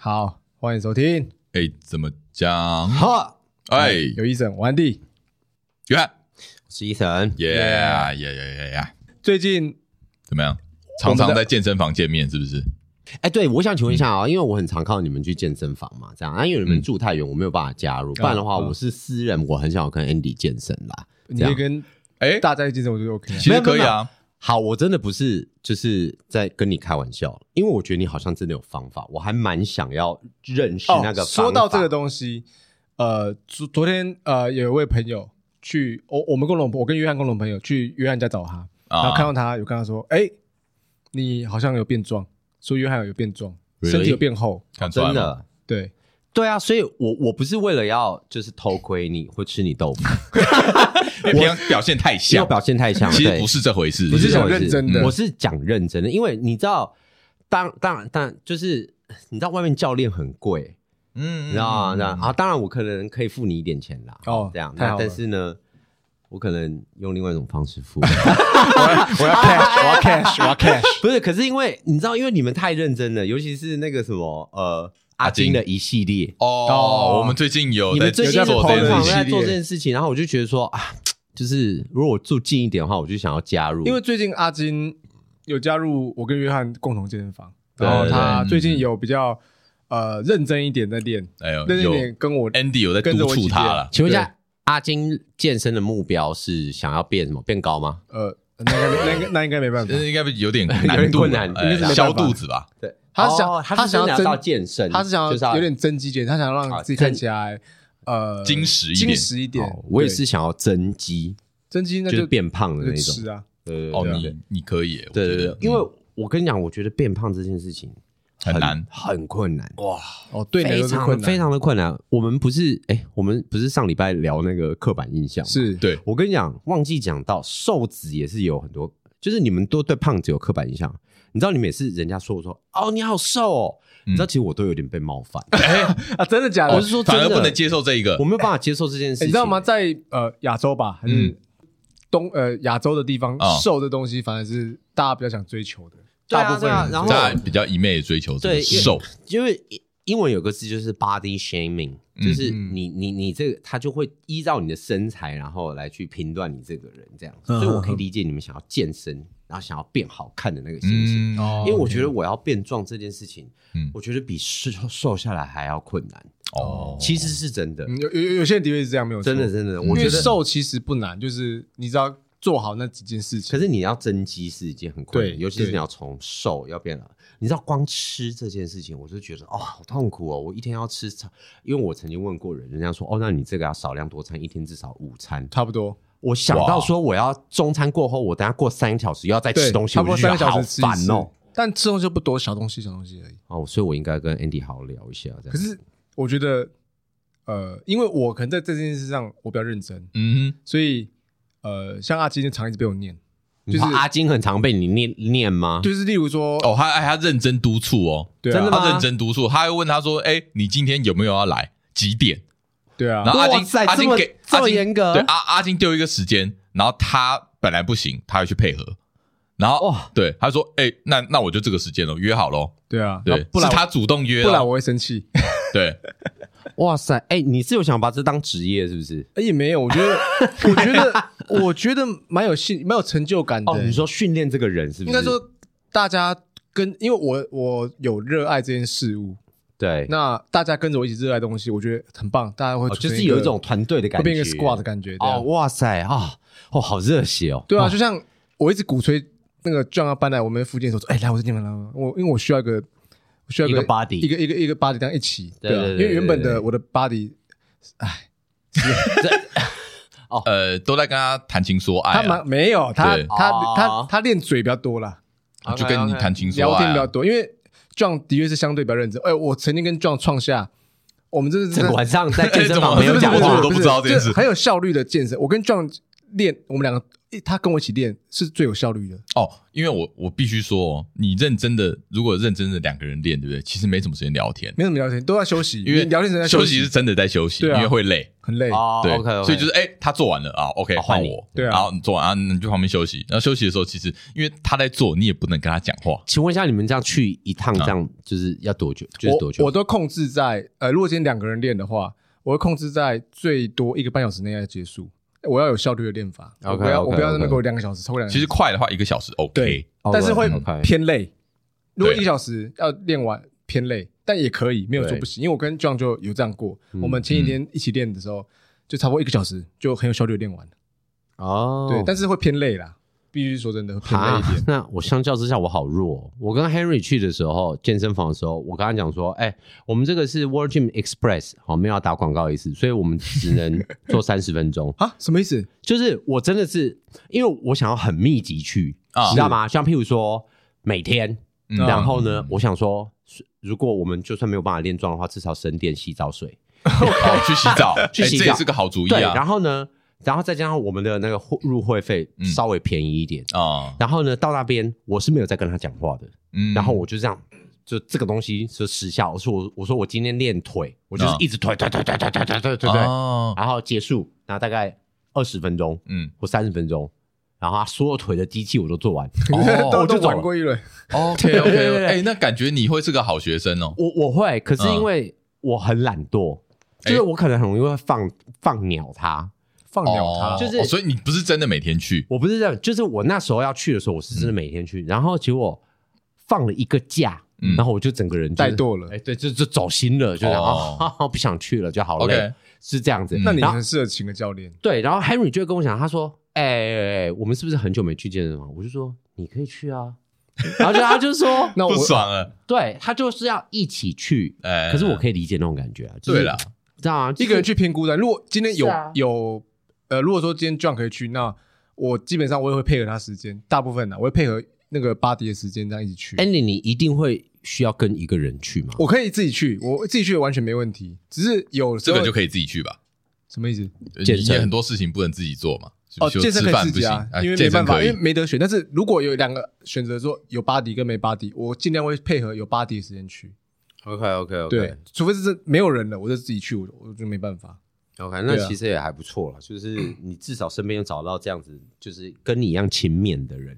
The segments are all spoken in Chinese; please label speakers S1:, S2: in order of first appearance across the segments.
S1: 好，欢迎收听。
S2: 哎，怎么 讲？
S1: 哈，
S2: 哎，
S1: 有医生，我安迪。
S2: 约，
S3: 我是伊藤，
S2: 耶耶耶耶耶，
S1: 最近
S2: 怎么样？
S1: 我
S2: 常
S1: 们
S2: 常
S1: 的
S2: 在健身房见面是不是？
S3: 哎、对，我想请问一下啊、因为我很常看到你们去健身房嘛，这样啊，因为你们住太远，我没有办法加入，不然的话，
S1: 嗯
S3: 我是私人，我很想要跟 Andy 健身啦。
S1: 你
S3: 这
S1: 可以
S3: 样
S1: 跟
S2: 哎，
S1: 大家一起健身，我觉得 OK 啊。
S2: 其
S3: 没
S2: 实
S3: 有没
S2: 可
S3: 有
S2: 以啊，
S3: 好，我真的不是就是在跟你开玩笑，因为我觉得你好像真的有方法，我还蛮想要认识那个
S1: 哦、
S3: 方法、
S1: 说到这个东西，呃，昨昨天呃有一位朋友去，我我们共同我跟约翰共同朋友去约翰家找他，然后看到
S2: 啊，
S1: 他有跟他说，哎、你好像有变壮，说约翰有变壮
S3: Really？
S1: 身体有变厚，
S2: 看出来
S3: 真
S2: 吗？
S1: 哦
S3: 的，
S1: 对，
S3: 对啊，所以我我不是为了要就是偷窥你或吃你豆腐，
S2: 因为平常表现太
S3: 因为
S2: 像
S3: 我，表现太强了，
S2: 其实
S3: 对
S2: 不是这回事，
S1: 不是
S3: 这
S1: 想
S3: 回事
S1: 认真的
S3: 嗯我是讲认真的，因为你知道，当当然当然就是你知道外面教练很贵，
S2: 嗯，
S3: 你知道吗？
S2: 嗯
S3: 那啊，当然我可能可以付你一点钱啦，
S1: 哦
S3: 哦，这样，
S1: 太好
S3: 那
S1: 了
S3: 但是呢，我可能用另外一种方式付，
S1: 我要 cash，我要 cash，我要 cash，
S3: 不是？可是因为你知道，因为你们太认真了，尤其是那个什么呃阿
S2: 阿金
S3: 金的一系列，
S2: 哦
S1: 哦，
S2: 我们最近有
S3: 你
S2: 在
S3: 们最近
S2: 有在做
S3: 疯
S2: 这件
S3: 狂
S2: 事
S3: 在
S2: 情，
S3: 做这件事情，然后我就觉得说啊，就是如果我住近一点的话，我就想要加入，
S1: 因为最近阿金有加入我跟约翰共同健身房，
S3: 对
S1: 然后
S3: 对嗯
S1: 他
S2: 对
S1: 最近有比较呃认真一点在练，
S2: 哎
S3: 嗯
S2: 呦，
S1: 认真一
S2: 有
S1: 点跟我
S2: Andy 有在
S1: 跟着
S2: 督
S1: 我一起
S2: 促他
S1: 练
S2: 了，
S3: 请问一
S1: 对
S3: 下，阿金健身的目标是想要变什么？变高吗？
S1: 呃，那应该没那应该那应该没办法
S2: 呃，应该有点
S3: 嗯有
S2: 难
S3: 点
S2: 度
S3: 困
S2: 了
S3: 难，
S2: 哎
S3: 应
S1: 该是没
S2: 消
S1: 办法
S2: 肚子吧？
S3: 对，
S1: 他想
S3: 哦他
S1: 他
S3: 是
S1: 想要
S3: 想
S1: 增
S3: 到健身，
S1: 他是想
S3: 就是
S1: 要有点增肌减，他想要让
S3: 啊
S1: 自己
S3: 增
S1: 看起来呃
S2: 精实一点
S1: 精实一点
S3: 哦。我也
S1: 对
S3: 是想要增肌，
S1: 增肌，那
S3: 就是
S1: 就
S3: 变胖的
S1: 就
S3: 那种
S1: 吃。啊，
S3: 对
S2: 哦，
S3: 对
S2: 你你可以耶，我
S3: 对对
S2: 觉
S3: 对
S2: 得
S3: 对，因为我跟你讲，我觉得变胖这件事情
S2: 很难
S3: 很困难，
S2: 哇，
S1: 哦，对你来
S3: 非
S1: 说是
S3: 常
S1: 困
S3: 的
S1: 难，
S3: 非常的困难。我们不是哎，我们不是上礼拜聊那个刻板印象吗？
S1: 是
S2: 对，
S3: 我跟你讲，忘记讲到瘦子也是有很多，就是你们都对胖子有刻板印象。你知道，你每次人家说我说哦你好瘦哦，你知道其实我都有点被冒犯，
S1: 啊，真的假的
S3: 我？是说真
S2: 反而
S3: 的
S2: 不能接受这一个
S3: 我，没有办法接受这件事
S1: 欸
S3: 情，
S1: 你知道吗？？在呃亚洲吧，还是
S2: 嗯
S1: 东呃亚洲的地方
S2: 哦，
S1: 瘦的东西反而是大家比较想追求的，
S3: 对啊
S1: 大部分
S3: 对啊
S1: 人
S3: 然后
S2: 大家比较一昧的追求这个
S3: 对因为
S2: 瘦，
S3: 因为英文有个字就是 body shaming，
S2: 嗯
S3: 就是你你你这个，他就会依照你的身材，然后来去评断你这个人这样。
S1: 嗯
S3: 所以我可以理解你们想要健身，然后想要变好看的那个心情。
S1: 哦
S3: 因为我觉得我要变壮这件事情，
S2: 嗯
S3: 我觉得比瘦瘦下来还要困难，
S2: 哦，
S3: 其实是真的，
S1: 嗯有有有有些人的确是这样，没有错
S3: 真的真的，
S1: 因
S3: 我觉
S1: 为
S3: 得。
S1: 瘦其实不难，就是你只要做好那几件事情
S3: 可。是你要增肌是一件很困难
S1: 对
S3: 的，尤其是
S1: 对
S3: 你要从瘦要变老，你知道光吃这件事情，我就觉得哦，好痛苦哦！我一天要吃超，因为我曾经问过人，人家说哦，那你这个要少量多餐，一天至少五餐。
S1: 差不多，
S3: 我想
S2: 哇
S3: 到说我要中餐过后，我等下过三个小时又要再吃东西，
S1: 差不多
S3: 我就觉
S1: 三
S3: 得
S1: 个小时吃一
S3: 好
S1: 次
S3: 烦哦。。
S1: 但吃东西就不多，小东西小东西而已。
S3: 哦，所以我应该跟 Andy 好好聊一下。这样
S1: 可是我觉得，呃，因为我可能在这件事上我比较认真，
S2: 嗯
S1: 所以呃，像阿基就常一直被我念，
S3: 你说
S1: 就是
S3: 阿金很常被你念念吗？
S1: 就是例如说，
S2: 哼，哦，他哎他认真督促哦，
S1: 对啊，
S3: 真的吗
S2: 他认真督促，他还问他说，哎，你今天有没有要来？几点？
S1: 对啊
S2: 然，后阿
S3: 哇
S2: 金
S3: 塞
S2: 阿金
S3: 这么
S2: 给
S3: 这么
S2: 阿金
S3: 严格
S2: 对阿阿金丢一个时间，然后他本来不行，他要去配合，然后
S3: 哇
S2: 对他说，哎，那那我就这个时间了，约好喽。
S1: 对啊，
S2: 对，
S1: 不然
S2: 是他主动约
S1: 不然
S3: 哦
S2: 的，
S1: 我会生气。
S2: 对，
S3: 哇塞，哎、你是有想把这当职业是不是？
S1: 哎也没有，我觉得，我觉得，我觉得蛮有兴，蛮有成就感的。
S3: 哦，你说训练这个人是不
S1: 应
S3: 是？
S1: 该说，大家跟因为我我有热爱这件事物，
S3: 对，
S1: 那大家跟着我一起热爱的东西，我觉得很棒。大家会
S3: 哦
S1: 组成
S3: 就是有一种团队的
S1: 个
S3: 感
S1: 会
S3: 觉，
S1: 变一个 squad 的感觉。对啊
S3: 哦，哇塞啊，哦，好热血哦！
S1: 对啊，
S3: 哦
S1: 就像我一直鼓吹那个 John 要搬来我们附近的时候，说：“哎，来我这地方来，我因为我需要一个，我需要
S3: 一个 body
S1: 一个一个一个 body 这样一起。”
S3: 对
S1: 啊，
S3: 对
S1: 因
S3: 对
S1: 为原本
S3: 对对
S1: 的我的 body
S2: 呃，都在跟他谈情说爱
S1: 他
S2: 啊，
S1: 蛮没有他
S2: 对
S1: 他
S3: 哦
S1: 他他练嘴比较多啦，
S2: 就跟你
S3: OK，OK
S2: 谈情说
S1: 聊
S2: 爱
S1: 天比较
S2: 啊，
S1: 多，因为 John 的确是相对比较认真。哎，我曾经跟 John 创下，我们这是
S3: 整个晚上在健身
S2: 怎么
S3: 房没有
S2: 这
S3: 讲
S2: 这
S3: 话
S2: 我，都不知道这件事
S1: 很有效率的健身。我跟 John 练，我们两个诶他跟我一起练是最有效率的。
S2: 哦，因为我我必须说哦，你认真的，如果认真的两个人练，对不对？其实没什么时间聊天，
S1: 没什么聊天，都在休息，
S2: 因为
S1: 你聊天时间在
S2: 休息
S1: 息
S2: 是啊真的在休息，
S1: 对啊
S2: 因为会累。
S1: 很累。
S3: 哦
S2: 对
S3: OK，
S2: 所以就是哎、他做完了啊，OK，
S3: 啊
S2: 换
S3: 换你
S2: 我，
S1: 对啊
S2: 然后你做完啊，你就旁边休息。然后休息的时候，其实因为他在做，你也不能跟他讲话。
S3: 请问一下，你们这样去一趟，这样就是要多久？就是多久？
S1: 我我都控制在呃，如果今天两个人练的话，我会控制在最多一个半小时内要结束。我要有效率的练法
S3: OK，
S1: 我不要
S3: OK，
S1: 我不要那么
S3: OK
S1: 给我两个小时，超过两个小
S2: 其
S1: 时
S2: 实快的话，一个小时 OK
S1: 嗯对。
S2: 嗯
S1: 但是会
S3: OK
S1: 偏累。如果
S2: 对
S1: 一个小时要练完偏累，但也可以，没有说不行。因为我跟 John 就有这样过，
S3: 嗯
S1: 我们前几天一起练的时候，就差不多一个小时就很有效率地练完了。
S3: 哦，
S1: 对，但是会偏累啦，必须说真的会偏累一点。
S3: 啊那我相较之下，我好弱哦。我跟 Henry 去的时候，健身房的时候，我跟他讲说，哎、我们这个是 World Gym Express，好，没有要打广告的意思，所以我们只能做三十分钟。
S1: 啊，什么意思？
S3: 就是我真的是，因为我想要很密集去，
S2: 啊
S3: 你知道吗？像譬如说每天，
S2: 嗯
S3: 然后呢，我想说，如果我们就算没有办法练壮的话，至少省点洗澡水。
S2: 哦，去洗澡，
S3: 去
S2: 哎
S3: 洗
S2: 这
S3: 澡
S2: 也是个好主意
S3: 对，
S2: 啊。
S3: 然后呢，然后再加上我们的那个会入会费
S2: 嗯
S3: 稍微便宜一点。
S2: 啊，
S3: 然后呢，到那边我是没有在跟他讲话的，
S2: 嗯
S3: 然后我就这样，就这个东西就失效。我说我我说我今天练腿，我就是
S2: 啊
S3: 一直腿腿腿腿腿腿腿腿腿，腿
S2: 哦，
S3: 然后结束，然后大概二十分钟
S2: 嗯，
S3: 或三十分钟，然后他所有腿的机器我都 做完。
S2: 哦
S1: 都
S3: 我就
S1: 都
S3: 走了
S1: 玩过一轮。
S2: OK
S3: 对对
S2: OK，
S3: 对
S2: 哎，那感觉你会是个好学生哦。
S3: 我我会，可是
S1: 嗯
S3: 因为我很懒惰，就是
S2: 哎
S3: 我可能很容易会放放鸟它。
S1: 放鸟他，
S2: 哦
S3: 就是
S2: 哦所以你不是真的每天去
S3: 我不是这样，就是我那时候要去的时候，我是真
S1: 嗯
S3: 的每天去，然后结果放了一个假，
S2: 嗯
S3: 然后我就整个人就是
S1: 怠惰了
S3: 哎，对，就就走心了，就是
S2: 哦
S3: 啊、 不想去了，就好累
S2: OK
S3: 是这样子。
S2: 嗯
S1: 那你
S3: 然后
S1: 很适合请个教练。
S3: 对，然后 Henry 就会跟我讲，他说：“哎、哎哎我们是不是很久没去健身房？”我就说：“你可以去啊。”然后就他就说
S1: 那
S2: 不
S1: 我
S2: 爽了？：“
S3: 对他就是要一起去。”呃
S2: 哎，
S3: 可是我可以理解那种感觉啊，就是、
S2: 对了，
S3: 知道啊，就是
S1: 一个人去偏孤单。如果今天有、
S3: 是啊
S1: 有呃，如果说今天 John 可以去，那我基本上我也会配合他时间，大部分呢、我会配合那个巴迪的时间这样一起去。
S3: Andy，你一定会需要跟一个人去吗？
S1: 我可以自己去，我自己去完全没问题。只是有时
S2: 这
S1: 候
S2: 个就可以自己去吧。
S1: 什么意思？
S3: 健
S2: 你
S3: 身
S2: 呃很多事情不能自己做嘛。
S1: 哦，
S2: 就
S1: 健身可
S2: 吃
S1: 以
S2: 饭
S1: 自
S2: 不
S1: 己
S2: 行
S1: 啊，
S2: 哎
S1: 因为没
S2: 健身
S1: 办法，
S2: 可以
S1: 因为没得选。但是如果有两个选择，说有巴迪跟没巴迪，我尽量会配合有巴迪的时间去。
S3: OK OK OK
S1: 对，除非是没有人了，我就自己去，我我就没办法。
S3: OK，那
S1: 对啊
S3: 其实也还不错啦，就是 你至少身边有找到这样子，就是跟你一样勤勉的人，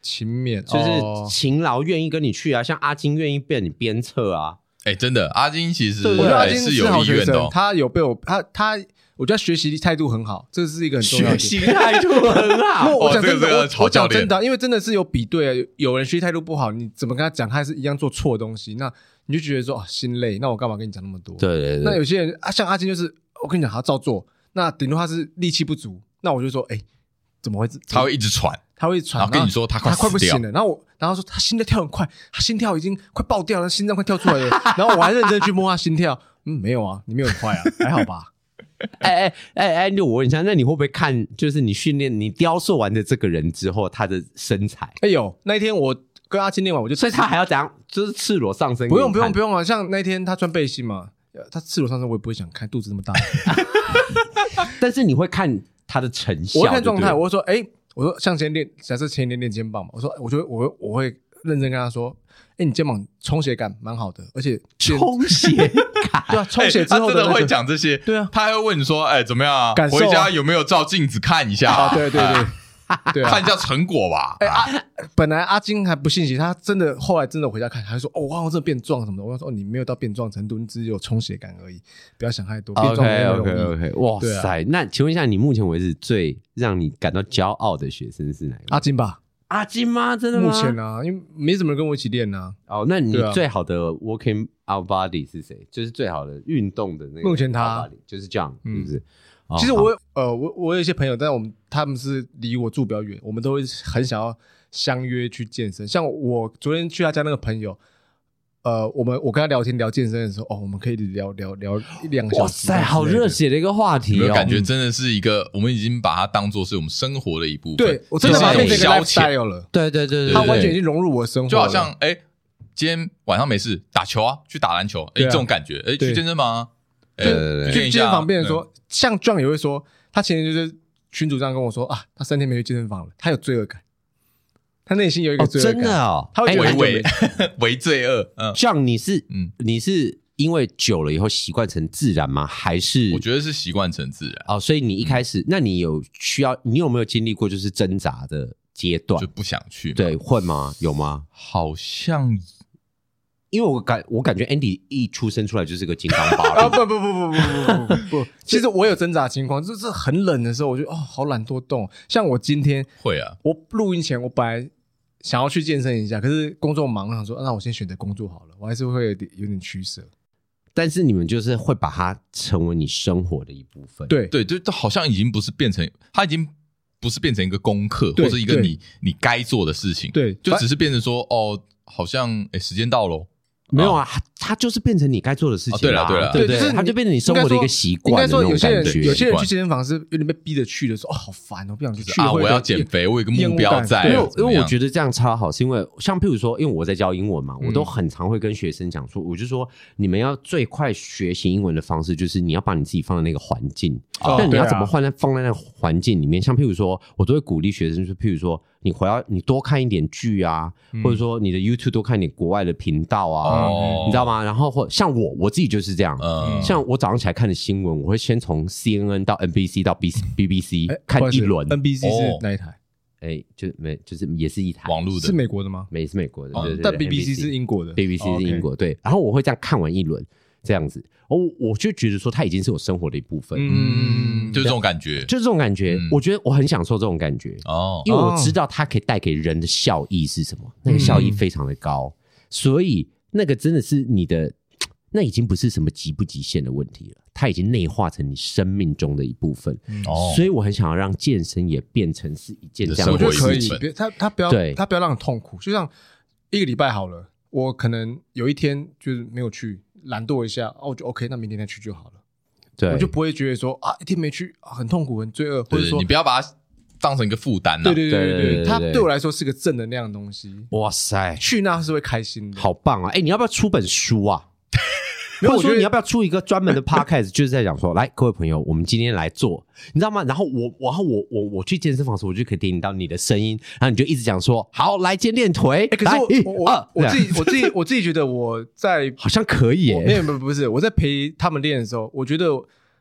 S1: 勤勉
S3: 就是
S1: 哦
S3: 勤劳愿意跟你去啊，像阿金愿意被你鞭策啊，
S2: 哎，真的，阿金其实
S3: 对
S1: 我觉得
S3: 对
S1: 他
S2: 哎
S1: 今天
S2: 有
S1: 好
S2: 意
S1: 学
S2: 愿的
S1: 生
S2: 哦，。
S1: 他有被我他他，我觉得他学习态度很好，这是一个很重要的
S3: 学
S1: 点。
S3: 习态度很
S1: 没有
S3: 好。
S1: 我讲
S2: 啊哦这个
S1: 真的，
S2: 这个
S1: 我
S2: 吵
S1: 我
S2: 教
S1: 讲
S2: 练
S1: 真的啊，因为真的是有比对啊，有有人学习态度不好，你怎么跟他讲，他还是一样做错东西，那你就觉得说啊心累，那我干嘛跟你讲那么多？
S3: 对对
S1: 那
S3: 对，
S1: 有些人啊，像阿金就是，我跟你讲，他照做，那顶多他是力气不足，那我就说，哎、怎么会？
S2: 他会一直喘，
S1: 他会喘，啊
S2: 然后跟你说他
S1: 他
S2: 快
S1: 快不
S2: 死掉
S1: 行了，然后我，然后说他心在跳很快，他心跳已经快爆掉了，心脏快跳出来了，然后我还认真去摸他心跳，嗯，没有啊，你没有很快啊，还好吧？
S3: 哎哎哎哎，那我问一下，那你会不会看，就是你训练你雕塑完的这个人之后，他的身材，
S1: 哎呦，那一天我跟阿金练完，我就
S3: 所以他还要怎样，就是赤裸上身？
S1: 不用不用不
S3: 用，
S1: 用啊，像那天他穿背心嘛，呃他赤裸上身我也不会想看，肚子那么大，
S3: 但是你会看他的成效，
S1: 我会看状态，
S3: 对不对
S1: 我会说，哎、我说像前练，假设前一天练肩膀嘛，我说，我觉得我会我会认真跟他说，哎、你肩膀充血感蛮好的，而且肩
S3: 充 血
S1: 对啊，充血之后那
S2: 哎他真
S1: 个
S2: 的会讲这些，
S1: 对啊
S2: 他还会问你说，哎，怎么样啊？
S1: 感受啊
S2: 回家有没有照镜子看一下
S1: 啊，对对
S2: 哎
S1: 对，对 啊哎
S2: 看，一下成果吧。啊
S1: 本来阿金还不信邪，他真的后来真的回家看，他就说，哦，哇，我真的变壮什么的，我说，哦，你没有到变壮程度，你只有充血感而已，不要想太多，变壮没
S3: OK
S1: 有那么
S3: OK
S1: 容易。
S3: OK，哇
S1: 对啊
S3: 塞！那请问一下，你目前为止最让你感到骄傲的学生是哪一位？
S1: 阿金吧，
S3: 啊阿金吗？真的吗？
S1: 目前啊，因为没什么人跟我一起练啊，
S3: 哦，那你
S1: 对啊
S3: 最好的 working out body 是谁？就是最好的运动的那个。
S1: 目前他
S3: 就是这样，是
S1: 嗯
S3: 不是？哦
S1: 其实
S3: 好
S1: 我有呃，我我有一些朋友，但我们他们是离我住比较远，我们都会很想要相约去健身。像我昨天去他家那个朋友，呃，我们我跟他聊天聊健身的时候，哦，我们可以聊聊聊一两个小时。
S3: 哇塞，好热！血的一个话
S2: 有
S3: 题
S2: 没
S3: 哦！
S2: 有感觉真的是一个，我们已经把它当做是我们生活的一部分，
S1: 对我
S2: 这
S1: 真的把它
S2: 是一
S1: 变
S2: 种
S1: 成一个
S2: 消遣，
S1: lifestyle 了，
S3: 对对对对，
S1: 他
S3: 对
S1: 完全已经融入我的生活了，
S2: 就好像哎、今天晚上没事打球啊，去打篮球，哎、
S1: 对啊
S2: 这种感觉，哎、
S1: 对
S2: 去健身房、啊，哎、
S3: 对对对
S1: 去
S2: 练一
S1: 健身
S2: 下啊
S1: 房变成说，像 John 也会说，他前天就是群主这样跟我说啊，他三天没去健身房了，他有罪恶感，他内心有一个
S3: 哦，
S1: 罪恶
S3: 真
S1: 感，
S3: 的哦，
S1: 他会
S3: 哎
S1: 觉得
S2: 为
S1: 很
S3: 那
S1: 久
S2: 为
S1: 没
S2: 为罪恶，嗯
S3: 像你是
S2: 嗯，
S3: 你是因为久了以后习惯成自然吗？还是
S2: 我觉得是习惯成自然，
S3: 哦，所以你一开
S1: 嗯
S3: 始，那你有需要，你有没有经历过就是挣扎的阶段
S2: 就？不想去。
S3: 对，，会吗？有吗？
S2: 好像
S3: 因为我感我感觉 Andy 一出生出来就是个金刚
S1: 啊
S3: 芭比，
S1: 不不不不不不不 不，其实我有挣扎的情况，就是很冷的时候，我就哦好懒惰动。像我今天
S2: 会啊，
S1: 我录音前，我本来想要去健身一下，可是工作忙，我想说、啊那我先选择工作好了，我还是会有点有点取舍。
S3: 但是你们就是会把它成为你生活的一部分。，
S1: 对
S2: 对，就就好像已经不是变成，它已经不是变成一个功课，
S1: 对
S2: 或者一个
S1: 对
S2: 你你该做的事情，
S1: 对
S2: 就只是变成说哦，好像诶时间到喽，
S3: 没有啊，它它就是变成你该做的事
S2: 哦
S3: 情
S2: 对啦
S3: 啦
S2: 对啦
S3: 对不
S1: 哦对就是
S3: 对？
S1: 你
S3: 它就变成你生活的一个习
S1: 应
S3: 惯
S1: 该
S3: 的那
S1: 说
S3: 种
S1: 有些
S3: 感
S1: 人有
S3: 觉。
S1: 些
S2: 习
S1: 人
S2: 惯
S1: 去健身房是有点被逼着去的，说哦好烦哦，不想去，去了
S2: 啊，
S1: 会
S2: 我要
S1: 有点
S2: 减肥，我有一个
S1: 厌
S2: 目
S1: 恶
S2: 标
S1: 感
S2: 在，
S1: 对
S3: 因为
S1: 哎
S3: 我因为我觉
S2: 得
S3: 得这样超好，是因为像譬如说，因为我在教英文嘛，我都
S1: 嗯
S3: 很常会跟学生讲说，我就说你们要最快学习英文的方式，就是你要把你自己放在那个环境。
S2: 哦
S3: 但你
S1: 对
S3: 要
S1: 啊
S3: 怎么放在放在那个环境里面？像譬如说，我都会鼓励学生，就是譬如说，你回到你多看一点剧啊，
S1: 嗯
S3: 或者说你的 YouTube 多看一点国外的频道啊，
S2: 哦，
S3: 你知道？吗？然后或像我我自己就是这样。
S2: 嗯，
S3: 像我早上起来看的新闻，我会先从 CNN 到 NBC 到 B BBC
S1: 哎
S3: 看
S1: 不好意思
S3: 一轮，
S1: NBC
S2: 哦
S1: 是哪一台？
S3: 哎，就没就是也是一台
S2: 网络的
S1: 是美国的吗？
S3: 美是美国的，
S2: 哦
S3: 对对对
S1: 但
S3: NBC
S1: BBC 是英国的
S3: BBC
S1: 哦
S3: 是英国对。然后我会这样看完一轮，这样子，哦，我就觉得说它已经是我生活的一部分，
S2: 嗯，就这种感觉，
S3: 就这种感觉
S2: 嗯，
S3: 我觉得我很享受这种感觉，
S2: 哦，
S3: 因为我知道它可以带给人的效益是什么，那个效益非常的高，所以那个真的是你的，那已经不是什么极不极限的问题了，它已经内化成你生命中的一部分。
S2: 哦
S3: 所以我很想要让健身也变成是一件这样
S1: 我
S2: 生
S1: 觉得
S2: 活
S3: 的
S2: 仪
S1: 可
S3: 事
S2: 式
S1: 以
S3: 情，
S1: 别他他不要
S3: 对
S1: 他不要让你痛苦，就像一个礼拜好了，我可能有一天就是没有去，懒惰一下，哦，我就 OK，那明天再去就好了，
S3: 对，
S1: 我就不会觉得说啊一天没去、啊很痛苦很罪恶，或
S2: 对
S1: 者
S2: 对
S1: 说
S2: 你不要把它当成一个负担呐
S1: 对。对对
S3: 对对
S1: 对对，
S3: 对
S1: 它
S3: 对
S1: 对我来说是个正能量的东西，
S3: 哇塞，
S1: 去那是会开心的。
S3: 好棒啊！哎、你要不要出本书啊？
S1: 没有
S3: 或
S1: 我
S3: 者
S1: 觉
S3: 说
S1: 得
S3: 你要不要出一个专门的 podcast，就是在讲说，来各位朋友，我们今天来做，你知道吗？然后我，然后我，我我去健身房的时候，我就可以听到你的声音，然后你就一直讲说，好，来今天练腿，
S1: 哎，可
S3: 来
S1: 是
S3: 一
S1: 我我
S3: 二
S1: 我我
S3: 这
S1: 自
S3: 样
S1: 己我自己我自己觉得我在
S3: 好像可以
S1: 我没
S3: 耶、
S1: 有没有不是我在陪他们练的时候，我觉得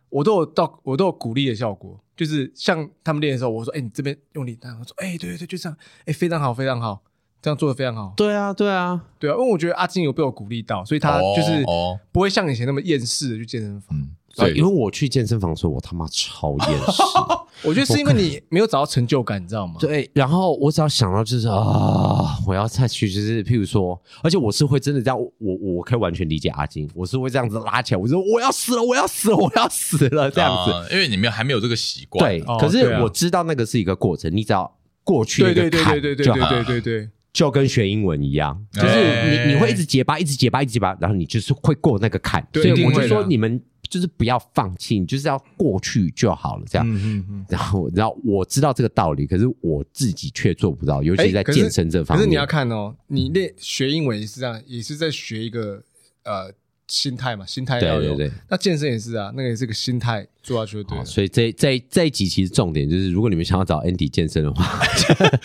S1: 我都有到我都有鼓励的效果，就是像他们练的时候，我说哎、你这边用力，他们说哎、对对对就这样，哎、非常好非常好，这样做的非常好，
S3: 对啊，对啊，
S1: 对啊，因为我觉得阿金有被我鼓励到，所以他
S2: 哦
S1: 就是
S2: 哦
S1: 不会像以前那么厌世的去健身房。
S2: 嗯，
S3: 对，因为
S2: 对，
S3: 我去健身房的时候，我他妈超厌 世，
S1: 我觉得是因为你没有找到成就感，你知道吗？
S3: 对，然后我只要想到就是啊，我要再去，就是譬如说，而且我是会真的这样，我我我可以完全理解阿金，我是会这样子拉起来，我说我要死了，我要死了，我要死了这样子。
S2: 啊，因为你们还没有这个习惯，
S3: 对，
S1: 哦
S3: 可是
S1: 对啊
S3: 我知道那个是一个过程，你只要过去那
S1: 对对
S3: 个
S1: 对
S3: 坎
S1: 对对对
S3: 就好，
S1: 对对对对，
S3: 就跟学英文一样，
S2: 哎
S3: 就是你你会一直结巴，一直结巴，一直结巴，然后你就是会过那个坎，所
S1: 对
S3: 以
S1: 一
S3: 我
S1: 定
S3: 就
S1: 会的
S3: 说你们就是不要放弃，你就是要过去就好了，这样。
S1: 嗯嗯嗯。
S3: 然后，然后我知道这个道理，可是我自己却做不到，尤其
S1: 哎
S3: 是在
S1: 可是
S3: 健身这方
S1: 可
S3: 面。
S1: 是你要看哦，你练学英文也是这样，也是在学一个呃心态嘛，心态要有。
S3: 对对对
S1: 那健身也是啊，那个也是个心态做下去就对
S3: 好
S1: 了。
S3: 所以这这这一集其实重点就是，如果你们想要找 Andy 健身的话，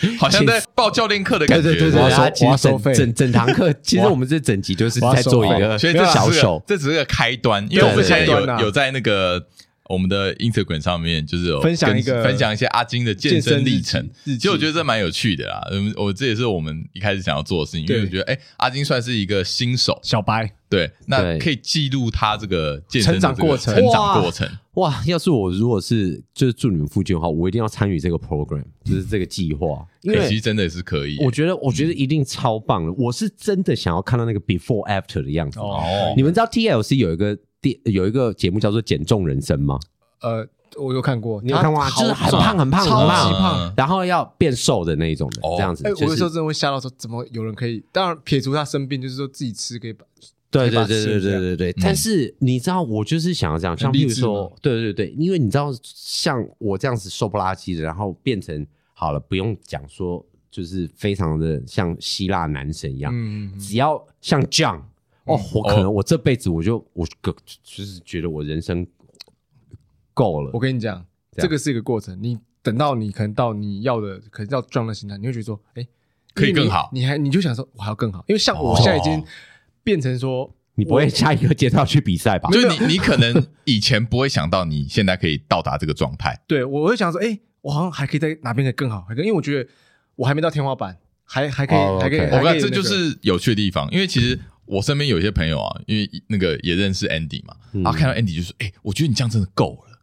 S1: 嗯
S2: 好像在报教练课的感
S3: 对
S2: 觉。
S3: 对对对，
S1: 我要收
S3: 他其
S1: 我要
S3: 实
S1: 收
S3: 整
S1: 费
S3: 整整堂 课，其实
S1: 我要
S3: 我们这整集就是
S1: 我要
S3: 在
S1: 收
S3: 做一
S1: 费
S3: 个
S2: 所以这
S3: 小
S2: 只
S1: 啊
S2: 是
S3: 手
S2: 个，这只是个开端，因为我们
S3: 对对
S2: 现在有
S1: 开端啊
S2: 有在那个我们的 Instagram 上面，就是有
S1: 分享
S2: 跟
S1: 一个
S2: 分享一些阿金的健身历程
S1: 健身日记日。记
S2: 其实我觉得这蛮有趣的啊，嗯，我这也是我们一开始想要做的事情，因
S1: 对
S2: 为我觉得哎，阿金算是一个新手，
S1: 小白，
S2: 对，那
S3: 对
S2: 可以记录他这个健身的
S1: 成长
S2: 这个
S1: 过程
S2: 成长过程。
S3: 哇，要是我如果是就是住你们附近的话，我一定要参与这个 program，就是这个计划，因
S2: 哎其
S3: 为
S2: 实真的也是可以耶，
S3: 我觉得我觉得一定超棒的。我是真的想要看到那个 before after 的样子。
S2: 哦
S3: 你们知道 TLC 有一个电有一个节目叫做《减重人生》吗？
S1: 呃，我有看过，
S3: 你有看过啊
S1: 他
S3: 就是
S1: 好
S3: 很胖很胖嗯
S1: 超
S3: 很
S1: 级
S3: 胖
S1: 胖。
S2: 嗯
S3: 然后要变瘦的那一种的，
S2: 哦
S3: 这样子
S1: 哎，我
S3: 就
S1: 有时候
S3: 是
S1: 真的会吓到说，怎么有人可以？当然，撇除他生病，就是说自己吃可以把。
S3: 对对
S1: 把它
S3: 对
S1: 吃
S3: 对对
S1: 这样
S3: 对对。但是你知道，我就是想要这样，像
S2: 嗯很励
S3: 譬如
S2: 志
S3: 说
S2: 吗，
S3: 对对对，因为你知道，像我这样子瘦不拉几的，然后变成好了，不用讲说，就是非常的像希腊男神一样，
S1: 嗯，
S3: 只要像这样，哦，我
S2: 嗯
S3: 可
S2: 哦
S3: 能我这辈子我就我个就是觉得我人生够了
S1: 我，跟你讲，
S3: 这
S1: 这
S3: 样
S1: 个是一个过程。你等到你可能到你要的，可能要状态形态，你会觉得说，哎、
S2: 可以更好
S1: 你你还你就想说，我还要更好，因为像我
S2: 哦
S1: 现在已经变成说，
S3: 你不会下一个阶段去比赛吧？
S2: 就是你你可能以前不会想到你现在可以到达这个状 态，
S1: 对我会想说，哎、我好像还可以在哪边可以更好，还可以，因为我觉得我还没到天花板，还还可以，
S3: 哦
S1: 还可以，
S3: OK
S2: 我
S1: 还可
S2: 看
S1: 以
S2: 这
S1: 那
S2: 就
S1: 个
S2: 是有趣的地方，因为其实
S3: 嗯
S2: 我身边有一些朋友啊，因为那个也认识 Andy 嘛，
S3: 嗯
S2: 然后看到 Andy 就说：“哎、我觉得你这样真的够了，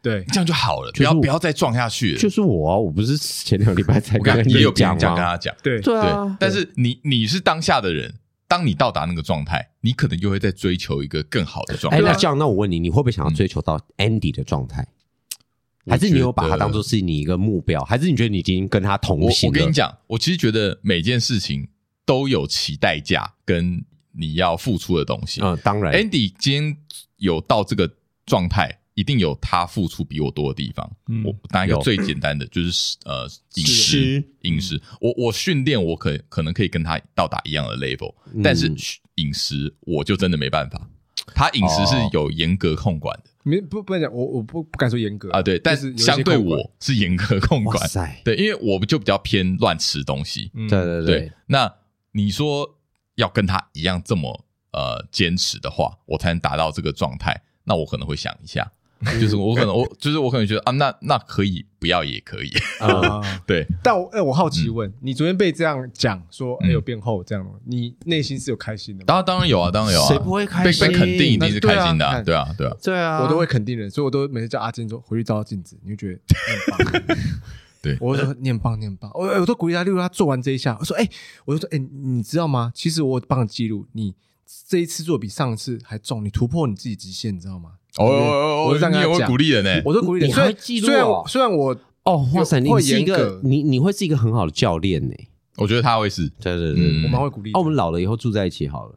S1: 对
S2: 你这样就好了，
S3: 就是
S2: 不要
S3: 我
S2: 不要再撞下去了。
S3: 就是我啊，我不是前两个礼拜才
S2: 我刚
S3: 跟
S2: 也有别
S3: 讲
S2: 人这样跟
S3: 吗？
S2: 他讲，
S1: 对
S3: 对
S2: 对
S3: 啊，，
S2: 但是你你是当下的人，当你到达那个状态，你可能又会再追求一个更好的状
S3: 哎，
S2: 态。
S3: 那这样，那我问你，你会不会想要
S2: 嗯
S3: 追求到 Andy 的状态？还是你有把他当做是你一个目标？还是你觉得你已经跟他同
S2: 我
S3: 行啊
S2: 我
S3: 了？
S2: 跟你讲，我其实觉得每件事情都有其代价跟你要付出的东西。
S3: 嗯，当然，
S2: Andy 今天有到这个状态，一定有他付出比我多的地方。
S1: 嗯
S2: 我拿一个
S3: 有
S2: 最简单的，就是呃
S3: 嗯
S2: 饮食
S3: 吃
S2: 饮食，我我训练我可可能可以跟他到达一样的 level，、
S3: 嗯
S2: 但是饮食我就真的没办法。他饮食是
S3: 哦
S2: 有严格控管的、
S1: 没不不能讲，我我不不敢说严格
S2: 啊，对，但
S1: 就是有一些
S2: 相对
S1: 控管
S2: 我是严格控
S3: 哦哇
S2: 管，
S3: 塞，
S2: 对，因为我就比较偏乱吃东西，
S1: 嗯
S3: 对对
S2: 对，那你说要跟他一样这么呃坚持的话，我才能达到这个状态，那我可能会想一 下，就是我可能我就是我可能觉得啊，那那可以不要也可以，
S3: 嗯，
S1: 啊
S2: 对，
S1: 但我哎、我好奇问、你昨天被这样讲说，哎、
S2: 嗯
S1: 有变厚这样吗，你内心是有开心的吗？
S2: 当然当然有啊，当然有啊，
S3: 谁不会开
S2: 被
S3: 心
S2: 被肯定一定是开心的、
S1: 那
S2: 对啊，对啊，
S3: 对啊，
S1: 我都会肯定人，所以我都每次叫阿金说回去照照镜子，你就觉得你很棒。
S2: 对
S1: 我就说你很棒，你很棒。我我都鼓励他，例如他做完这一项，我说哎、我就说哎、你知道吗？其实我帮你记录，你这一次做比上次还重，你突破你自己极限，你知道吗？
S2: 哦哦
S1: 我
S2: 哦
S1: 是这样
S2: 哦，你
S1: 跟
S2: 也
S1: 他
S2: 会
S1: 讲
S2: 鼓励人呢、
S1: 我都鼓励人，
S3: 你
S1: 虽
S3: 还
S1: 然
S3: 会记录
S1: 虽然
S3: 哦
S1: 我虽然我
S3: 哦，哇塞，你
S1: 会
S3: 是一
S1: 严
S3: 个
S1: 格
S3: 你你会是一个很好的教练呢。
S2: 我觉得他会是
S3: 对对
S2: 对嗯
S1: 我蛮会鼓励
S3: 哦，我们老了以后住在一 起好了。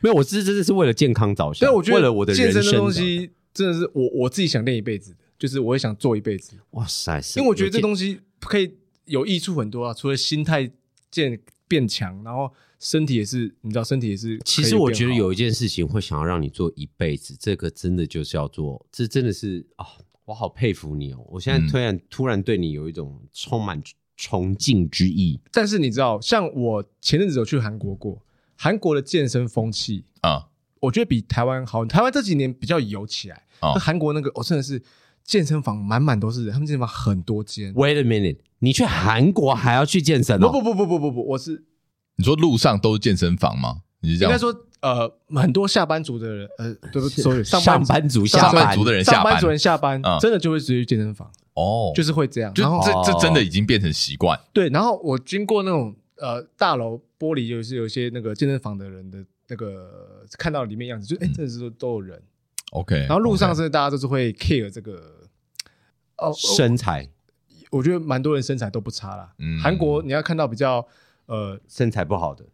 S3: 没有，我是真的是为了健康着
S1: 啊所
S3: 想，
S1: 以我觉
S3: 为了我
S1: 得
S3: 的
S1: 健
S3: 人
S1: 身
S3: 生啊
S1: 的东
S3: 着想。
S1: 西真的是我我自己想练一辈子的，就是我也想做一辈子，
S3: 哇塞，
S1: 因为我觉得这
S3: 西
S1: 东西可以有益处很多啊，除了心态健变强，然后身体也是，你知道身体也是可以变好。
S3: 其实我觉得有一件事情会想要让你做一辈子，这个真的就是要做，这真的是啊、我好佩服你哦！我现
S1: 嗯
S3: 在突然、突然对你有一种充满崇敬之意。
S1: 但是你知道，像我前阵子有去韩国过，韩国的健身风气，
S2: 啊、
S1: 我觉得比台湾好。台湾这几年比较有起来，
S2: 哦
S1: 那韩国那个我、哦真的是健身房满满都是人，他们健身房很多间。
S3: Wait a minute，你去韩国还要去健身
S1: 不
S3: 哦？
S1: 不不不不不不，我是
S2: 你说路上都是健身房吗？你是这
S1: 应该
S2: 样？
S1: 说呃，很多下班族的人，呃， 对不起，sorry，
S3: 上
S1: 班上
S3: 班族
S2: 上
S3: 班
S2: 班族的人下
S1: 上
S2: 班
S1: 班族人下班
S2: 嗯
S1: 真的就会直接去健身房，
S2: 哦，
S1: 就是是会这样。
S2: 就
S1: 然后哦
S2: 这这真的已经变成习惯，
S1: 对，然后我经过那种呃大楼玻璃，就是有一些那个健身房的人的那个看到里面样子，就哎，真的是都都有人。
S2: 嗯 OK，
S1: 然后路上
S2: OK
S1: 真的大家都是会 care 这个，哦，
S3: 身材
S1: 我觉得蛮多人身材都不差啦。
S2: 嗯
S1: 韩国你要看到比较呃
S3: 身材不好的，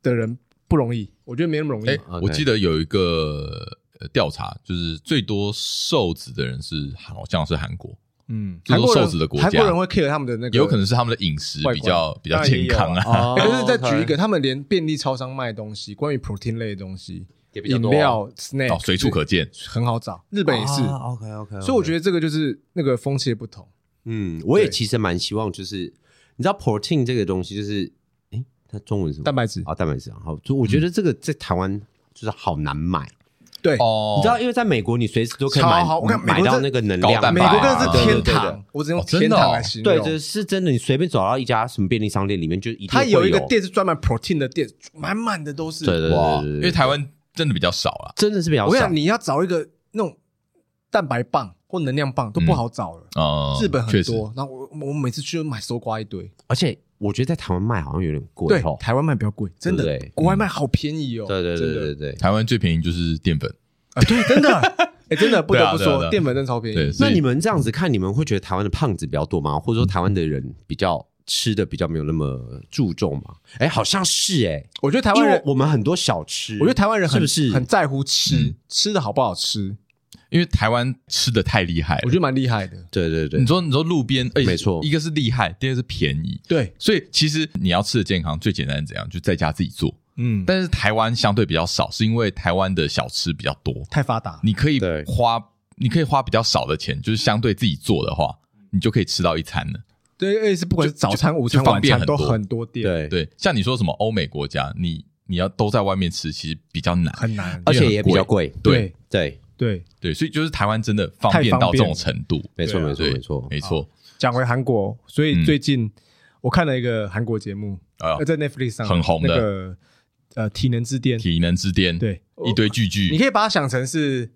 S1: 的人不容易，我觉得没那么容易
S2: 哎、。
S3: OK
S2: 我记得有一个呃调查，就是最多瘦子的人是好像是韩国，
S1: 嗯，
S2: 就
S1: 韩
S2: 是
S1: 国人
S2: 瘦子的国
S1: 韩国
S2: 家
S1: 人会 care 他们的那个，
S2: 也有可能是他们的饮食
S1: 外观
S2: 比较比较
S1: 当然也
S2: 健康啊。
S3: 哦
S1: 欸可是再举一个，他们连便利超商卖的东西，关于 protein 类的东西，
S3: 也比较
S1: 饮
S3: 多
S1: 料、snack
S2: 哦，随处可见。
S1: 很好找，日本也是。
S3: OK OK，
S1: 所以我觉
S3: 得，
S1: 得这个就是那个风气的不同。
S3: 嗯，我也
S1: 对
S3: 其实蛮希望，就是你知道 protein 这个东西，就是哎，它中文是什么
S1: 蛋？白质，
S3: 啊，蛋白质啊，好，就我觉
S1: 嗯
S3: 得这个在台湾就是好难买，
S1: 对，
S2: 哦，
S3: 你知道，因为在美国你随时都可以买
S1: 超好我看美
S3: 买
S1: 国
S3: 到
S1: 这
S3: 那个能
S2: 高
S3: 量吧，
S2: 蛋
S1: 美
S2: 白
S1: 国真的
S2: 啊
S1: 是天
S3: 对对对
S1: 堂，我只能
S2: 哦
S1: 用
S2: 真的
S1: 天
S2: 哦
S1: 堂来形
S3: 对，
S1: 容。
S3: 这是真的，你随便走到一家什么便利商店里面就一定
S1: 它
S3: 会
S1: 有
S3: 有
S1: 一个，店是专门 protein 的店，满满的都是。
S3: 对对对
S2: 哇，
S3: 对对
S2: 因
S3: 对
S2: 为台湾真的比较少啊。
S3: 真的是比较
S1: 我跟你
S3: 少
S1: 讲，。你要找一个那种蛋白棒或能量棒都不好找了。
S2: 嗯，
S1: 日本很
S2: 确实
S1: 多，然后我我每次去都买搜刮一堆。
S3: 而且我觉得在台湾卖好像有点贵
S1: 对
S3: 哦，。
S1: 台湾卖比较贵，真
S3: 对
S1: 的
S3: 不对，
S1: 国外卖好便宜哦。
S3: 对对
S1: 真
S3: 对
S1: 的
S3: 对对。
S2: 台湾最便宜就是淀粉，
S1: 啊，对，真 的，哎，真的不得不
S2: 对啊对啊对
S1: 说
S2: 啊，
S1: 淀粉真的超便
S2: 对，
S1: 宜。
S2: 所
S3: 那
S2: 以
S3: 你们这样子看，你们会觉得台湾的胖子比较多吗？或者说台湾的人比较吃的比较没有那么注重吗？哎，好像是哎，
S1: 我觉得台
S3: 因
S1: 湾
S3: 为
S1: 人，
S3: 我们很多小吃，
S1: 我觉得台湾人
S3: 是
S1: 很
S3: 不是
S1: 很在乎吃
S2: 嗯，
S1: 吃的好不好吃，
S2: 因为台湾吃的太厉害
S1: 我
S2: 了
S1: 觉。得蛮厉害的。
S3: 对对对
S1: 嗯
S2: 你，说你说路边，哎，
S3: 没错
S2: 一个是厉害，第二个是便宜。
S1: 对，
S2: 所以其实你要吃的健康，最简单是怎样？就在家自己做。
S1: 嗯，但
S2: 但是台湾相对比较少，是因为台湾的小吃比较多，
S1: 太发达了。
S2: 你可以
S3: 对
S2: 花，你可以花比较少的钱，就是相对自己做的话，
S1: 嗯
S2: 你就可以吃到一餐了。
S1: 对，而且是不管是早餐、
S2: 就
S1: 午餐、
S2: 就方
S1: 晚
S2: 便
S1: 餐
S2: 很
S1: 都
S2: 多
S1: 很多店，，
S3: 对，
S2: 对，像你说什么欧美国家，你你要都在外面吃，其实比较难。
S1: 很难。
S3: 而且也比较贵。
S2: 对
S1: 对
S3: 对，
S1: 对，
S2: 对，所以就是台湾真的方
S1: 太
S2: 便
S1: 方
S2: 到这
S1: 便
S2: 种程度，
S3: 没错
S1: 对啊
S3: 没错
S2: 对
S3: 没错。
S2: 没错，
S1: 讲回韩国，所
S2: 嗯
S1: 以最近我看了一个韩国节目，
S2: 啊
S1: 呃，，在 Netflix 上
S2: 很红的
S1: 那个呃体能之巅，
S2: 体嗯能之巅，
S1: 对
S2: 一堆巨
S1: 你
S2: 巨，
S1: 可以把它想成是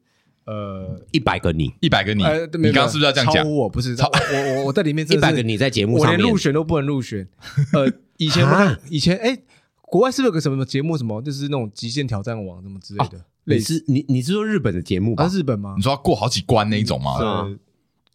S1: 呃
S3: 一百个你，
S2: 一百个你，
S1: 呃，没
S2: 你
S1: 有
S2: 刚刚是不是要这样讲
S1: 超？我不是，我我我我在里面
S3: 一
S1: 真的
S3: 百
S1: 是
S3: 个你在节目
S1: 我
S3: 上
S1: 连
S3: 面
S1: 入选都不能入 选。呃，以前我看以前哎，国外是不是有个什么节目什么，就是那种极限挑战王什么之类的，类
S3: 哦你
S1: 似
S3: 是你你是说日本的节目
S1: 啊
S3: 吧？
S1: 日本吗
S2: 你？说要过好几关那一种吗
S3: 是？啊
S1: 呃，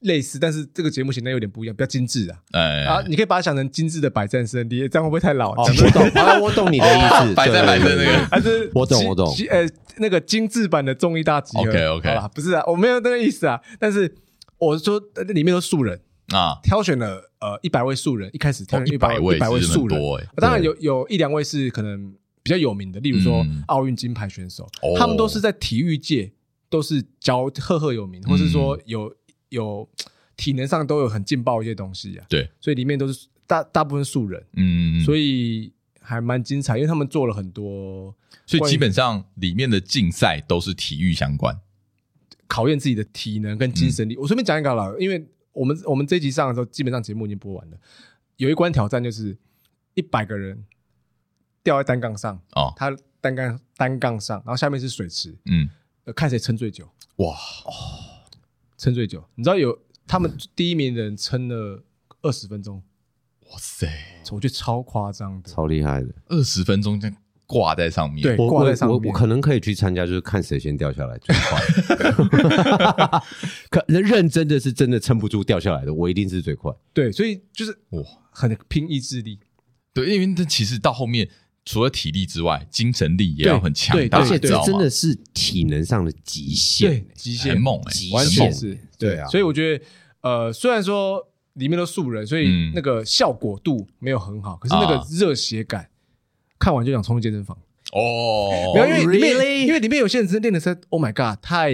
S1: 类似，但是这个节目形态有点不一样，比较精致啊。
S2: 哎，
S1: 啊，你可以把它想成精致的百战胜地，这样会不会太老？
S3: 哦，
S1: 讲得
S3: 我 懂，啊我懂你的意思，
S2: 摆在
S3: 对
S2: 摆在那。
S3: 对对
S2: 个，
S1: 还是
S3: 我懂
S1: 精
S3: 我懂
S1: 精呃，那个精致版的综艺大集合。
S2: OK，OK
S1: 好啦不是啊，我没有那个意思啊。但是我说呃里面都素人，
S2: 啊，哦
S1: 挑选了呃一百位素人，一开始挑选
S2: 一百
S1: 位一百位
S2: 其实很
S1: 素人，
S2: 多哎，
S1: 啊当然有有一两位是可能比较有名的，例如说
S2: 嗯
S1: 奥运金牌选手，
S2: 哦
S1: 他们都是在体育界都是教赫赫有名，或是说
S2: 嗯
S1: 有有体能上都有很劲爆一些东西啊。
S2: 对，
S1: 所以里面都是大大部分素人，
S2: 嗯，所
S1: 所
S2: 以
S1: 以还蛮精彩，因为他们做了很多
S2: 所以
S1: 关于
S2: 基本上里面的竞赛都是体育相关，
S1: 考验自己的体能跟精
S2: 嗯
S1: 神力。我顺便讲一个啦，因为我们我们这一集上的时候，基本上节目已经播完了。有一关挑战就是一百个人吊在单杠上，
S2: 哦，
S1: 他单杠单杠上，然后下面是水池，
S2: 嗯，
S1: 呃，看谁撑最久，
S2: 哇，
S1: 撑最久。你知道有他们第一名的人撑了二十分钟，
S2: 哇塞，
S1: 我觉得超夸张的。
S3: 超厉害的，
S2: 二十分钟这样挂在上面，
S1: 对
S3: 我
S1: 挂
S3: 我
S1: 在上
S3: 我
S1: 面
S3: 我可能可以去参加，就是看谁先掉下来最快。 可认真的是真的撑不住掉下来的，我一定是最快。
S1: 对，所以就是
S2: 哇，
S1: 很拼意志力，
S2: 对，因为这其实到后面除了体力之外，精神力也要很强
S1: 对
S2: 大，
S3: 而且
S2: 你知
S3: 这
S2: 道吗
S3: 真的是体能上的极
S1: 对
S3: 限。，
S1: 极
S2: 很
S1: 限，
S2: 猛哎、
S3: 极
S2: 欸，
S1: 完
S2: 很
S1: 全
S2: 猛，
S1: 是，
S3: 对啊
S1: 所以我觉得，呃，虽然说里面都素人，所以
S2: 嗯
S1: 那个效果度没有很好，可是那个
S2: 啊
S1: 热血感，看完就想冲去健身房。
S2: 哦
S1: 没有，因为里面
S3: really？
S1: 因为里面有些人真的练的是，Oh my God，太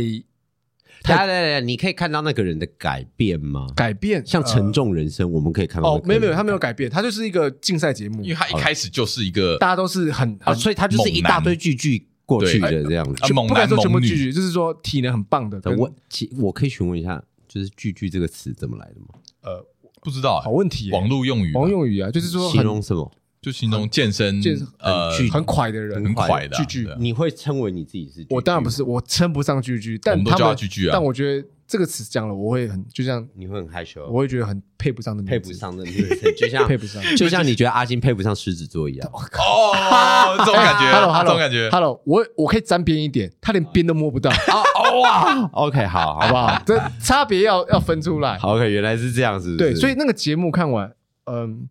S3: 来来来来，你可以看到那个人的改变吗？
S1: 改变，
S3: 像
S1: 呃
S3: 沉重人生，我们可以看到那
S1: 哦，
S3: 个
S1: 没有没有，
S3: 人
S1: 他没有改变，他就是一个竞赛节目
S2: 因，为他一开始就是一个
S1: 大家都是很
S3: 啊，
S1: 很
S3: 所以他就是一大堆巨巨过去的这样子
S2: 啊。猛
S1: 不敢
S2: 男
S1: 说全部
S2: 猛
S1: 拒
S2: 女，
S1: 绝，就是说体能很棒的，
S3: 对
S1: 跟
S3: 呃我其我可以询问一下，就是“巨巨”这个词怎么来的吗？
S1: 呃
S2: 不知道、欸
S1: 好问题耶，
S2: 网络用语吧，
S1: 网用语啊，就是说
S3: 形
S1: 很
S3: 容什么？
S2: 就形容健身
S1: 健身
S2: 呃
S3: 巨
S1: 很快的人，
S2: 很快的啊
S1: 巨巨
S2: 对啊
S3: 你会称为你自己是巨巨吗？
S1: 我当然不是，我称不上巨巨，
S2: 我
S1: 但
S2: 们都
S1: 他
S2: 叫
S1: 们
S2: 他巨巨啊
S1: 但我觉得这个词讲了，我会很就像
S3: 你会很害羞，
S1: 我会觉得很配不上的名字，
S3: 配不上的名 字，就像
S1: 配不 上。
S3: 就像你觉得阿金配不上狮子座一 样。
S2: 哦，这种感 觉
S1: Hello Hello
S2: 这种感
S1: 啊
S2: 觉
S1: Hello，我我可以沾边一点，他连边都摸 不到，好
S2: 哦哇，
S3: OK，好，好
S1: 不好？这差别要要分出来。
S3: 好，OK，原来是这样，是不是？
S1: 对，所以那个节目看完，嗯，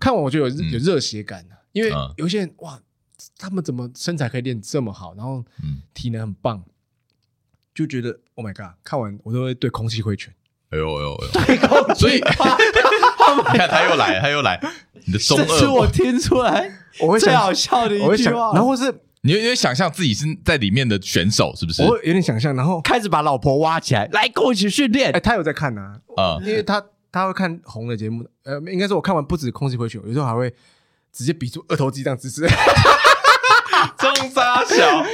S1: 看完我就有
S3: 嗯
S1: 有热血感啊因为
S2: 嗯
S1: 有一些人哇，他们怎么身材可以练这么好，然后
S2: 嗯
S1: 体能很棒，就觉得 Oh my God！看完我都会对空气挥拳。
S2: 哎呦哎呦哎呦， 所以你看他又来他又来，你的中
S3: 这是
S2: 二，
S3: 我听出来
S1: 我会
S3: 最
S1: 想
S3: 好笑的
S1: 我
S3: 一
S1: 会
S3: 句
S1: 想，
S3: 话。
S1: 然后是
S2: 你有点想象自己是在里面的选手是不是
S1: 我？会有点想象， 然后
S3: 开始把老婆挖起来，来跟我一起训练
S1: 哎，。他有在看呐、
S2: 啊
S1: 因为他他会看红的节目，呃，应该说我看完不止空气回旋，有时候还会直接比出二头肌这样姿 势。
S2: 中沙小，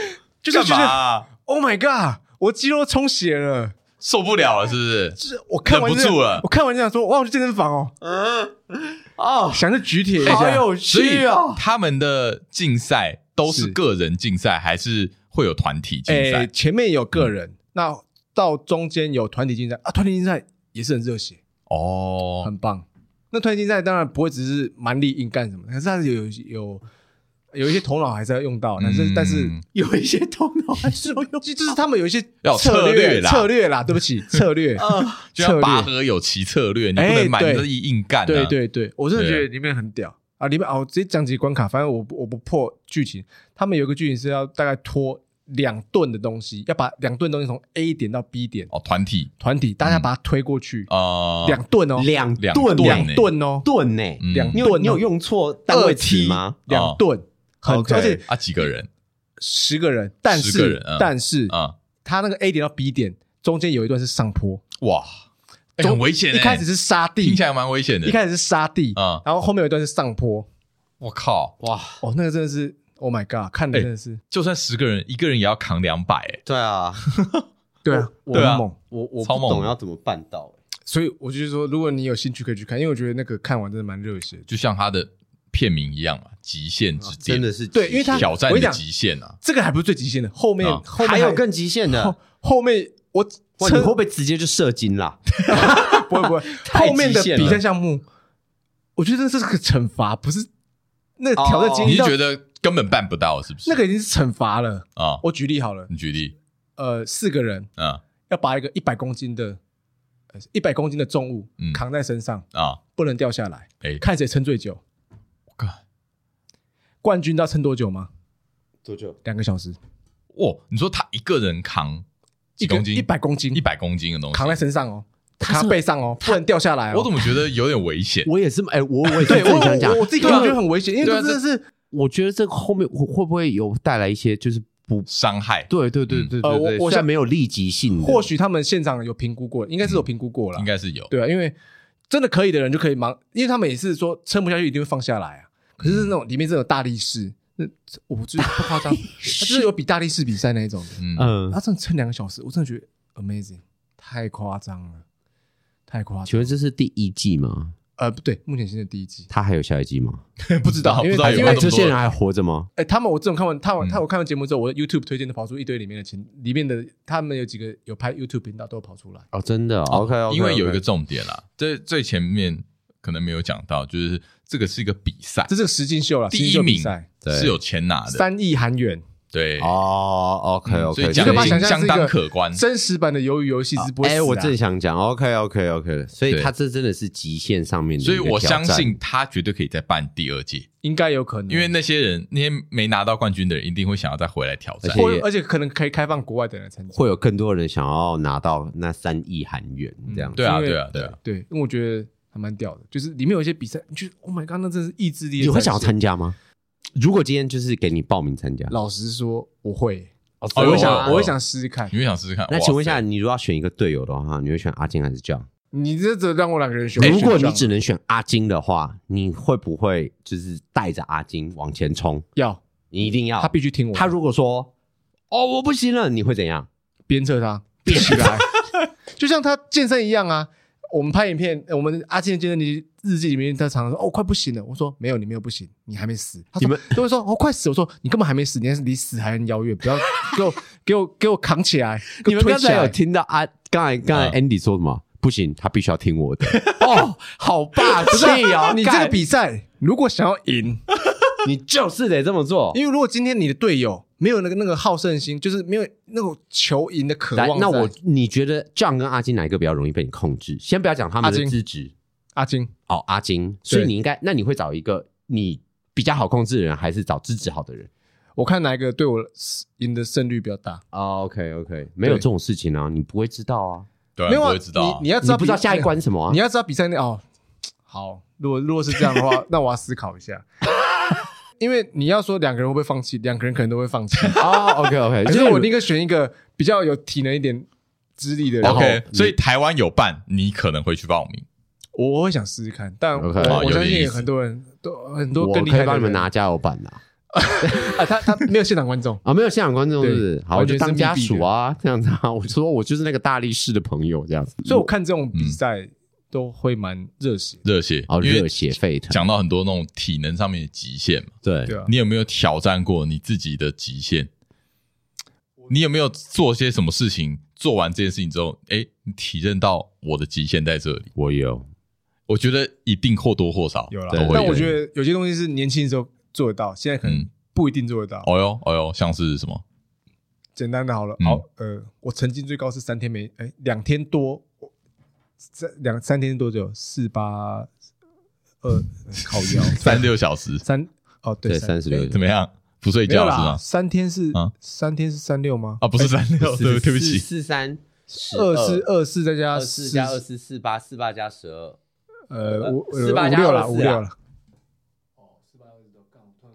S1: 就是
S2: 干嘛啊
S1: oh my god，我肌肉充血了，
S2: 受不了了是不是？
S1: 就是啊我看完就
S2: 忍不住了
S1: 我看完就想说，我要去健身房哦，
S3: 哦，
S1: 想去举铁一
S3: 好
S1: 下。
S2: 哎
S1: 哎
S3: 有
S2: 所以
S3: 趣哦！
S2: 他们的竞赛都是
S1: 是
S2: 个人竞赛，还是会有团体竞
S1: 哎、
S2: 赛？
S1: 前面有个
S2: 嗯
S1: 人，那到中间有团体竞赛啊，团体竞赛也是很热血，
S2: 哦，
S1: 很棒。那团体竞赛当然不会只是蛮力硬干什么的，可是它是有有有一些头脑还是要用到，但是、但是
S2: 嗯
S3: 有一些头脑还是有用。
S1: 就就是他们有一些
S2: 要有策略
S1: 略
S2: 啦哦
S1: 策略啦，对不 起，策略。
S2: 就像
S1: 策略
S2: 拔河有其策略，你不
S1: 呃哎
S2: 能蛮
S1: 对
S2: 力硬干啊。
S1: 对对对，我真的
S2: 对
S1: 觉得里面很屌啊！里面啊，我直接讲几个关卡，反正我不我不破剧情。他们有一个剧情是要大概拖两吨的东西，要把两吨东西从 A 点到 B 点，
S2: 哦，团体
S1: 团体大家把它推过去，
S2: 啊，
S1: 两吨哦，
S3: 两
S2: 嗯
S3: 欸
S2: 两
S3: 吨
S2: 吨
S3: 两
S2: 呢
S1: 吨哦，
S3: 吨呢？
S2: 嗯
S1: 两
S3: 欸你
S1: 吨
S3: 有
S1: 哦
S3: 你有用错单
S1: 二
S3: 位词
S1: T
S3: 吗？
S1: 两吨，很
S2: 哦 OK
S1: 而且
S2: 啊几个人
S1: 十个人，但
S2: 十个人
S1: 是
S2: 嗯
S1: 但是
S2: 啊，
S1: 他那个 A 点到 B 点中间有一段是上坡，
S2: 哇，哎很危险欸
S1: 一开始是沙
S2: 听
S1: 地
S2: 起，来蛮危险的
S1: 一。开始是沙地
S2: 嗯，
S1: 然后后面有一段是上坡。
S2: 我靠，
S4: 哇，
S1: 哦，那个真的是 Oh my God，看的
S2: 哎
S1: 真的是
S2: 就算十个人，一个人也要扛两百，哎，
S4: 对啊，
S1: 对啊，我
S2: 对啊
S1: 很猛。
S4: 我我
S2: 超
S4: 不
S2: 猛
S4: 懂
S2: 的
S4: 要怎么办到、欸
S1: 所以我就是说，如果你有兴趣可以去看，因为我觉得那个看完真的蛮热血的。
S2: 就像他的片名一样嘛，《极限之
S1: 啊
S4: 真》
S2: 巅
S4: 的是
S1: 对因为他
S2: 挑战
S1: 我跟
S2: 你
S1: 你讲
S2: 的极限啊！
S1: 这个还不是最极限的，后面
S2: 啊
S1: 后面
S4: 还有更极限的
S3: 哦
S1: 后，后面我
S4: 哇，你
S1: 撑
S4: 会不会直接就射精啦？
S1: 不会不会，
S4: 太
S1: 后面的
S4: 极限了
S1: 比赛项目，我觉得这是个惩罚，不是那个挑战经
S2: 哦你
S1: 历
S2: 是
S1: 到
S2: 觉得根本办不到，是不是？
S1: 那个已经是惩罚了。
S2: 啊，
S1: 我举例好了，
S2: 你举例
S1: 呃，四个人
S2: 啊
S1: 要把一个一百公斤的呃一百公斤的重物
S2: 嗯
S1: 扛在身上，
S2: 啊，
S1: 不能掉下来，
S2: 哎，
S1: 看谁撑最久。
S2: 我靠
S1: 冠军知道撑多久吗？
S4: 多久？
S1: 两个小时，
S2: 哇！你说他一个人扛几
S1: 一个
S2: 公斤？
S1: 一百公斤
S2: 一百公斤的东西
S1: 扛在身上哦，
S3: 他
S1: 扛
S3: 是
S1: 在背上哦，不能掉下来哦。
S2: 我怎么觉得有点 危险？
S3: 我也是，哎、我我也是
S1: 对我
S3: 正想讲
S1: 我我，自己看
S2: 对啊
S1: 我觉得很危险，因为
S2: 对啊
S1: 这真的是
S3: 我觉得这个后面会会不会有带来一些就是不
S2: 伤害
S3: 对对对
S2: 嗯
S3: 对对
S1: 呃
S3: 对，
S1: 我我
S3: 虽然
S1: 想
S3: 没有立即性的，
S1: 或许他们现场有评估过，应该是有评估过了
S2: 应。该是有，
S1: 对啊，因为真的可以的人就可以忙，因为他们也是说撑不下去一定会放下来啊。可是那种里面这种大力士，那我不知不夸张，他就是有比大力士比赛那一种的，
S2: 嗯，
S3: 嗯，
S1: 他真的撑两个小时，我真的觉得 amazing，太夸张了，太夸
S3: 请
S1: 张
S3: 问
S1: 了。
S3: 这是第一季吗？
S1: 呃，不对，目前新的第一季，
S3: 他还有下一季吗？
S2: 不知道
S1: 因为
S2: 不知道有
S1: 因
S2: 没
S1: 为
S2: 有
S3: 哎，
S2: 这
S3: 这
S2: 么多
S3: 些人
S2: 人
S3: 还活着吗？
S1: 哎，他们我这种看完，他们
S2: 嗯
S1: 他我看完节目之后，我的 YouTube 推荐就跑出一堆里面的情，里面的他们有几个有拍 YouTube 频道都有跑出来。
S3: 哦，真的，OK，
S2: 因为有一个重点啦，这最前面可能没有讲到，就是这个是一个比赛
S1: 这，是个实境秀了，
S2: 第
S1: 实境
S2: 一
S1: 秀比
S2: 名啊
S1: 赛
S3: 对
S2: 是有钱拿的，
S1: 三亿韩元，
S2: 对，
S3: 哦，OK
S2: 嗯
S3: OK，
S2: 所以奖
S1: 你可以把它
S2: 金
S1: 想象是
S2: 相
S1: 一个
S2: 当可观，
S1: 真实版的鱿鱼游戏是不会死
S3: 哎，
S1: 啊
S3: 我正想讲，OK OK OK，所以
S2: 对
S3: 他这真的是极限上面的一
S2: 所
S3: 个
S2: 以
S3: 挑战，
S2: 我相信他绝对可以再办第二届，
S1: 应该有可能，
S2: 因
S3: 嗯
S2: 为那些人那些没拿到冠军的人一定会想要再回来挑战
S3: 而，且
S1: 或而且可能可以开放国外的人来参加。
S3: 会有更多人想要拿到那三亿韩元这样。
S2: 对啊
S1: 因为
S2: 对啊对啊，
S1: 对，因为我觉得还蛮屌的，就是里面有一些比赛，你觉得 Oh my God，那真是意志力。
S3: 你会想要？参加吗？如果今天就是给你报名参加，
S1: 老啊实说，我会，
S2: 哎呦
S1: 我会
S2: 哎
S1: 想，
S2: 呦
S1: 我会想试试看
S2: 你。会想试试看？
S3: 那
S2: 哇
S3: 请问一
S2: 塞
S3: 下，你如果要选一个队友的话，你会选阿金还是 John？
S1: 你这只让我两个人
S2: 哎
S1: 选，
S3: 如
S1: 我
S3: 果
S1: 选
S3: 你
S1: 不上
S3: 只能选阿金的话，你会不会就是带着阿金往前冲？
S1: 要
S3: 你一定要
S1: 他必须听我，他
S3: 他如果说哦我不行了，你会怎样？
S1: 鞭策他，鞭起来，就像他健身一样啊。我们拍影片，呃我们阿健的健身日日记里面，他常常说：“哦，快不行了。”我说：“没有，你没有不行，你还没死。”他
S3: 你
S1: 说
S3: 们：“
S1: 都会说哦，快死！”我说：“你根本还没死，你还是离死还很遥远，不要给我给我给我扛起来。给
S3: 你
S1: 我
S3: 们
S1: 推
S3: 刚
S1: 起
S3: 才
S1: 来”
S3: 有听到阿刚才刚才 Andy 说什么？不行，他必须要听我的。嗯 哦，好霸
S1: 不
S3: 气
S1: 是啊
S3: 哦！
S1: 你这个
S3: 干
S1: 比赛如果想要赢，
S3: 你就是得这么做。
S1: 因为如果今天你的队友没有那个那个好胜心，就是没有那种求赢的渴
S3: 来
S1: 望，在。
S3: 那我你觉得 John 跟阿金哪一个比较容易被你控制？先不要讲他们
S1: 阿
S3: 的
S1: 金
S3: 资质
S1: 阿金，
S3: 哦，阿金，所以你应该，那你会找一个你比较好控制的人，还是找资质好的人？
S1: 我看哪一个对我赢的胜率比较大？
S3: 哦 o k OK，没有
S1: 对
S3: 这种事情啊，你不会知道啊，
S2: 对啊，
S1: 没有
S2: 不
S1: 啊，
S2: 会知道啊
S1: 你你要知
S3: 你
S1: 道
S3: 不知道
S1: 比
S3: 下一关什么啊
S1: 你？要知道比赛内哦。好，如果如果是这样的话，那我要思考一 下，因为你要说两个人会不会放弃，两个人可能都会放弃。
S3: 哦，OK OK，
S1: 可是我宁可选一个比较有体能一点、资历的人。
S2: OK，
S3: 你
S2: 所以台湾有办，你可能会去报名。
S1: 我会想试试看，但我
S3: OK
S2: 哦
S1: 我
S2: 有
S1: 相
S2: 点意
S1: 信
S2: 思
S1: 很多人都很多
S3: 我
S1: 更厉害的
S3: 可以帮你们
S1: 人
S3: 拿加油版的啊，
S1: 啊，他他没有现场观众
S3: 啊，没有现场观众是不是
S1: 对
S3: 好，我
S1: 完全是
S3: 就当家
S1: 密闭的
S3: 属啊， 这样子啊，我说我就是那个大力士的朋友这样子，
S1: 所以我看这
S2: 嗯
S1: 种比赛都会蛮热血。
S2: 热血，
S3: 哦
S2: 因为
S3: 热血沸腾，
S2: 讲到很多那种体能上面的极限嘛，
S3: 对
S1: 对啊，
S2: 你有没有挑战过你自己的极限？你有没有做些什么事情？做完这件事情之后，哎，你体认到我的极限在这里，
S3: 我有，
S2: 我觉得一定或多或少
S1: 有啦
S2: 都
S3: 对
S2: 会
S1: 但
S2: 有
S1: 我觉得有些东西是年轻的时候做得到，现在可能
S2: 嗯
S1: 不一定做得到。
S2: 哦哟哦哟，像是什么？
S1: 简单的好了，
S2: 嗯
S1: 好、呃，我曾经最高是三天没，哎，两天多，我三两三天多久？四八二靠腰
S2: 三六小时
S1: 三哦，对，
S3: 对36
S1: 哎
S2: 怎么样？不睡
S1: 没有
S2: 觉是
S1: 啦，
S2: 吗？
S1: 三天是、
S2: 啊
S1: 三天是三六吗？
S2: 啊，不是三 六，对对不起，
S3: 四三
S1: 二四二四再加
S4: 二四加二
S1: 四
S4: 四四八，四八加十二，
S1: 呃五
S4: 四八
S1: 呃五
S4: 加
S1: 六
S4: 24
S1: 了
S4: 啊
S1: 五六了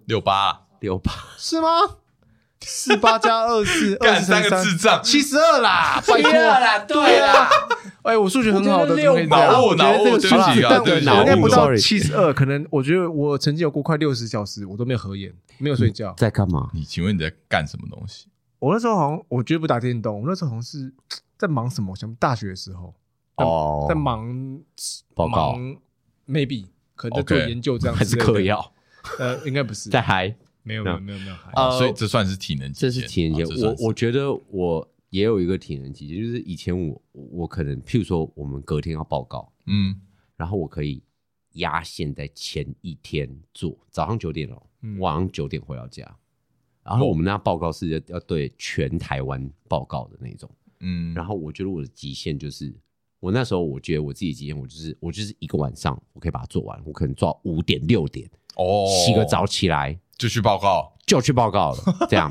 S2: 六八啊啊
S3: 六八，
S1: 是吗？四八加二四，二
S2: 干
S1: 十
S2: 三个智障
S1: 七十二啦，拜托啊
S4: 啦，对
S3: 啊
S4: 啦，
S1: 哎，我数学很好的，
S4: 我觉得
S1: 怎么可以这样我
S2: 脑雾
S1: 觉得这个
S2: 脑雾
S1: 但我我应该
S2: 对不起啊对
S3: 不起
S1: 不
S3: 脑雾
S1: 到
S3: ，sorry
S1: 七十二，可能我觉得我曾经有过快六十小时，我都没有合眼，没有睡觉。
S3: 在干嘛？
S2: 你请问你在干什么东西？
S1: 我那时候好像我绝对不打电动，我那时候好像是在忙什么？我想大学的时候
S3: 哦
S1: 在忙
S3: 报告
S1: 忙，maybe 可能在做
S2: OK
S1: 研究这样
S3: 还
S1: 之
S3: 是
S1: 类的
S3: 嗑？药
S1: 呃，应该不是，
S3: 在嗨？
S1: 没有没有没有没有，还
S3: 呃
S2: 哦所以这算是体能极
S3: 这
S2: 限，
S3: 是体能
S2: 啊
S3: 节，
S2: 这算是
S3: 我我觉得我也有一个体能极限，就是以前我我可能，譬如说我们隔天要报告，
S2: 嗯，
S3: 然后我可以压线在前一天做，早上九点哦
S1: 嗯，
S3: 晚上九点回到家。然后我们那报告是要要对全台湾报告的那种。
S2: 嗯，
S3: 然后我觉得我的极限就是，我那时候我觉得我自己极限，我就是我就是一个晚上我可以把它做完，我可能做到五点六点，
S2: 哦，
S3: 洗个澡起来
S2: 就去报告。
S3: 就去报告了， 这样。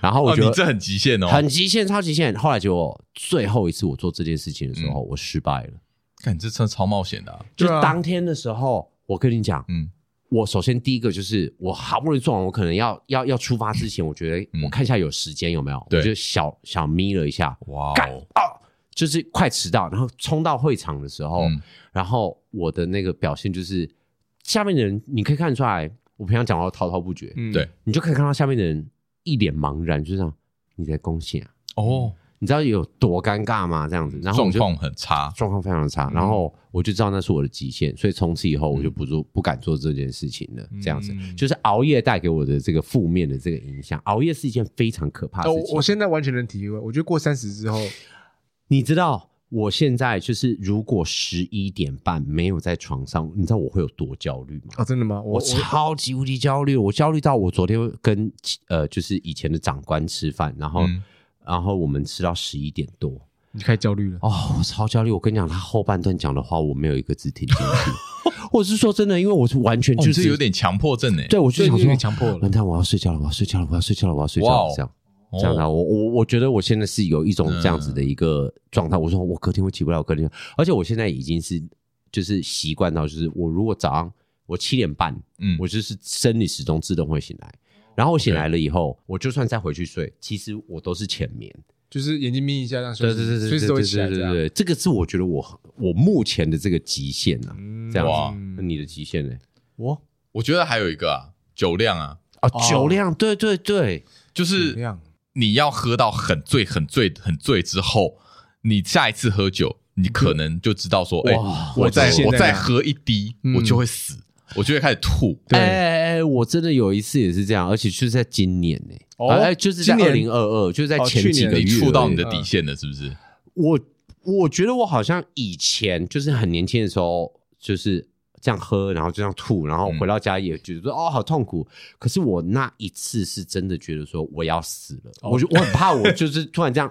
S3: 然后我
S2: 哦，
S3: 觉
S2: 你
S3: 得、
S2: 这很极限哦，
S3: 很极限，超极限。后来结果最后一次我做这件事情的时候，
S2: 嗯
S3: 我失败了。
S2: 看这车超冒险的啊，
S3: 就
S1: 对
S3: 是
S1: 啊
S3: 当天的时候，我跟你讲，
S2: 嗯
S3: 我首先第一个就是我好不容易做完，我可能要要要出发之前，我觉
S2: 嗯
S3: 得我看一下有时间有没有，
S2: 对
S3: 我就小小眯了一下，
S2: 哇
S3: 干
S2: 哦，
S3: 哦，就是快迟到，然后冲到会场的时候，
S2: 嗯
S3: 然后我的那个表现就是下面的人，你可以看得出来，我平常讲话滔滔不绝，
S1: 嗯
S2: 对
S3: 你就可以看到下面的人一脸茫然，就这样你在攻陷啊，
S2: 哦，
S3: 你知道有多尴尬吗？这样子，然后
S2: 状
S3: 我就
S2: 况很差，
S3: 状况非常的差，然后我就知道那是我的极限，所以从此以后我就不做、不敢做这件事情了。这样子
S1: 嗯
S3: 就是熬夜带给我的这个负面的这个影响，熬夜是一件非常可怕的
S1: 呃
S3: 事
S1: 我
S3: 情。
S1: 我现在完全能体会，我觉得过三十之后，
S3: 你知道我现在就是如果十一点半没有在床上，你知道我会有多焦虑吗？
S1: 啊，真的吗？我
S3: 我超级无敌焦虑，我焦虑到我昨天跟呃就是以前的长官吃饭，然后、
S2: 嗯
S3: 然后我们吃到十一点多，
S1: 你开始焦虑了，
S3: 哦，我超焦虑。我跟你讲，他后半段讲的话，我没有一个字听进去。 我是说真的，因为我是完全
S2: 哦，
S3: 就
S2: 你
S3: 是、
S2: 这有点强迫症哎，
S3: 对，我就
S1: 对
S3: 想
S1: 你有
S3: 说
S1: 点强迫了
S3: 完。蛋，我要睡觉了，我要睡觉了，我要睡觉了，我要睡觉
S2: 哇
S3: 了
S2: 哦，
S3: 这样
S2: 哦，
S3: 这样的。我我我觉得我现在是有一种这样子的一个状态。我说我隔天会起不来，我隔天，而且我现在已经是就是习惯到，就是我如果早上我七点半，
S2: 嗯，
S3: 我就是生理时钟自动会醒来。然后我醒来了以后，我就算再回去睡，其实我都是浅眠。
S1: 就是眼睛眯一下，这样
S3: 对
S1: 随
S3: 对
S1: 时
S3: 对
S1: 随
S3: 对
S1: 时
S3: 对
S1: 都
S3: 对
S1: 会起来
S3: 对
S1: 这
S3: 对
S1: 样。
S3: 对，这个是我觉得我我目前的这个极限啊，
S1: 嗯
S3: 这样
S2: 哇
S3: 子，那你的极限呢？
S1: 我
S2: 我觉得还有一个啊，酒量啊，
S3: 啊
S1: 哦，
S3: 酒量，对对对，
S2: 就是
S1: 怎么样
S2: 你要喝到很醉、很醉、很醉之后，你下一次喝酒，你可能就知道说，哎、
S3: 哇
S2: 我再
S1: 我知道
S2: 我
S1: 现在
S2: 再
S1: 啊
S2: 喝一滴，
S1: 嗯
S2: 我就会死，我就会开始吐。
S1: 对
S3: 哎哎哎，我真的有一次也是这样，而且就是在今年呢，
S1: 哦
S3: 哎，就是在
S1: 今
S3: 二
S1: 年
S3: 零二二，就是在
S1: 哦
S3: 前
S1: 去
S3: 几
S1: 年
S3: 个
S2: 你
S3: 月，
S2: 触到你的
S1: 嗯
S2: 底线了，是不是？
S3: 我我觉得我好像以前就是很年轻的时候，就是这样喝，然后就这样吐，然后
S1: 嗯
S3: 回到家也觉得说、哦好痛苦。可是我那一次是真的觉得说我要死了，
S1: 哦
S3: 我就我很怕我就是突然这样。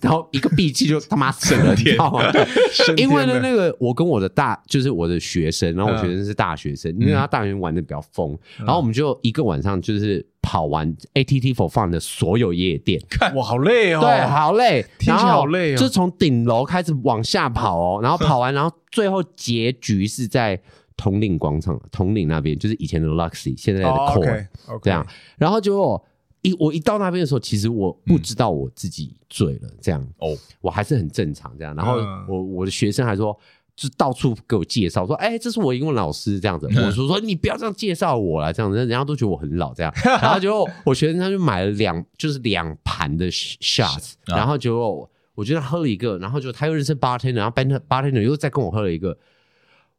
S3: 然后一个闭气就他妈死了，你知道吗？对
S1: 升天嗯
S3: 因为呢
S1: 了，
S3: 那个我跟我的大就是我的学生，然后我学生是大学生，因
S1: 嗯
S3: 为他大学玩的比较疯，然后我们就一个晚上就是跑完 ATT for fun 的所有夜店，
S1: 我好累哦。
S3: 对，好累，
S1: 听起来
S3: 然后
S1: 好累哦
S3: 就从顶楼开始往下跑哦， 然后跑完，然后最后结局是在统领广场，统领那边就是以前的 Luxy，现在的
S1: 哦
S3: Core、
S1: ，OK，
S3: 这样，然后结果一我一到那边的时候，其实我
S1: 嗯
S3: 不知道我自己醉了，这样
S2: 哦，
S3: 我还是很正常这样。然后
S1: 嗯
S3: 我我的学生还说。就到处给我介绍，说：“哎、这是我英文老师这 样子。”我说：“说你不要这样介绍我啦，这样子，人家都觉得我很老这 样。”然后结果我学生他就买了两，就是两盘的 shots，
S2: 啊
S3: 然后结果我就喝了一个，然后就他又认识 bartender，然后 bartender bartender 又再跟我喝了一个，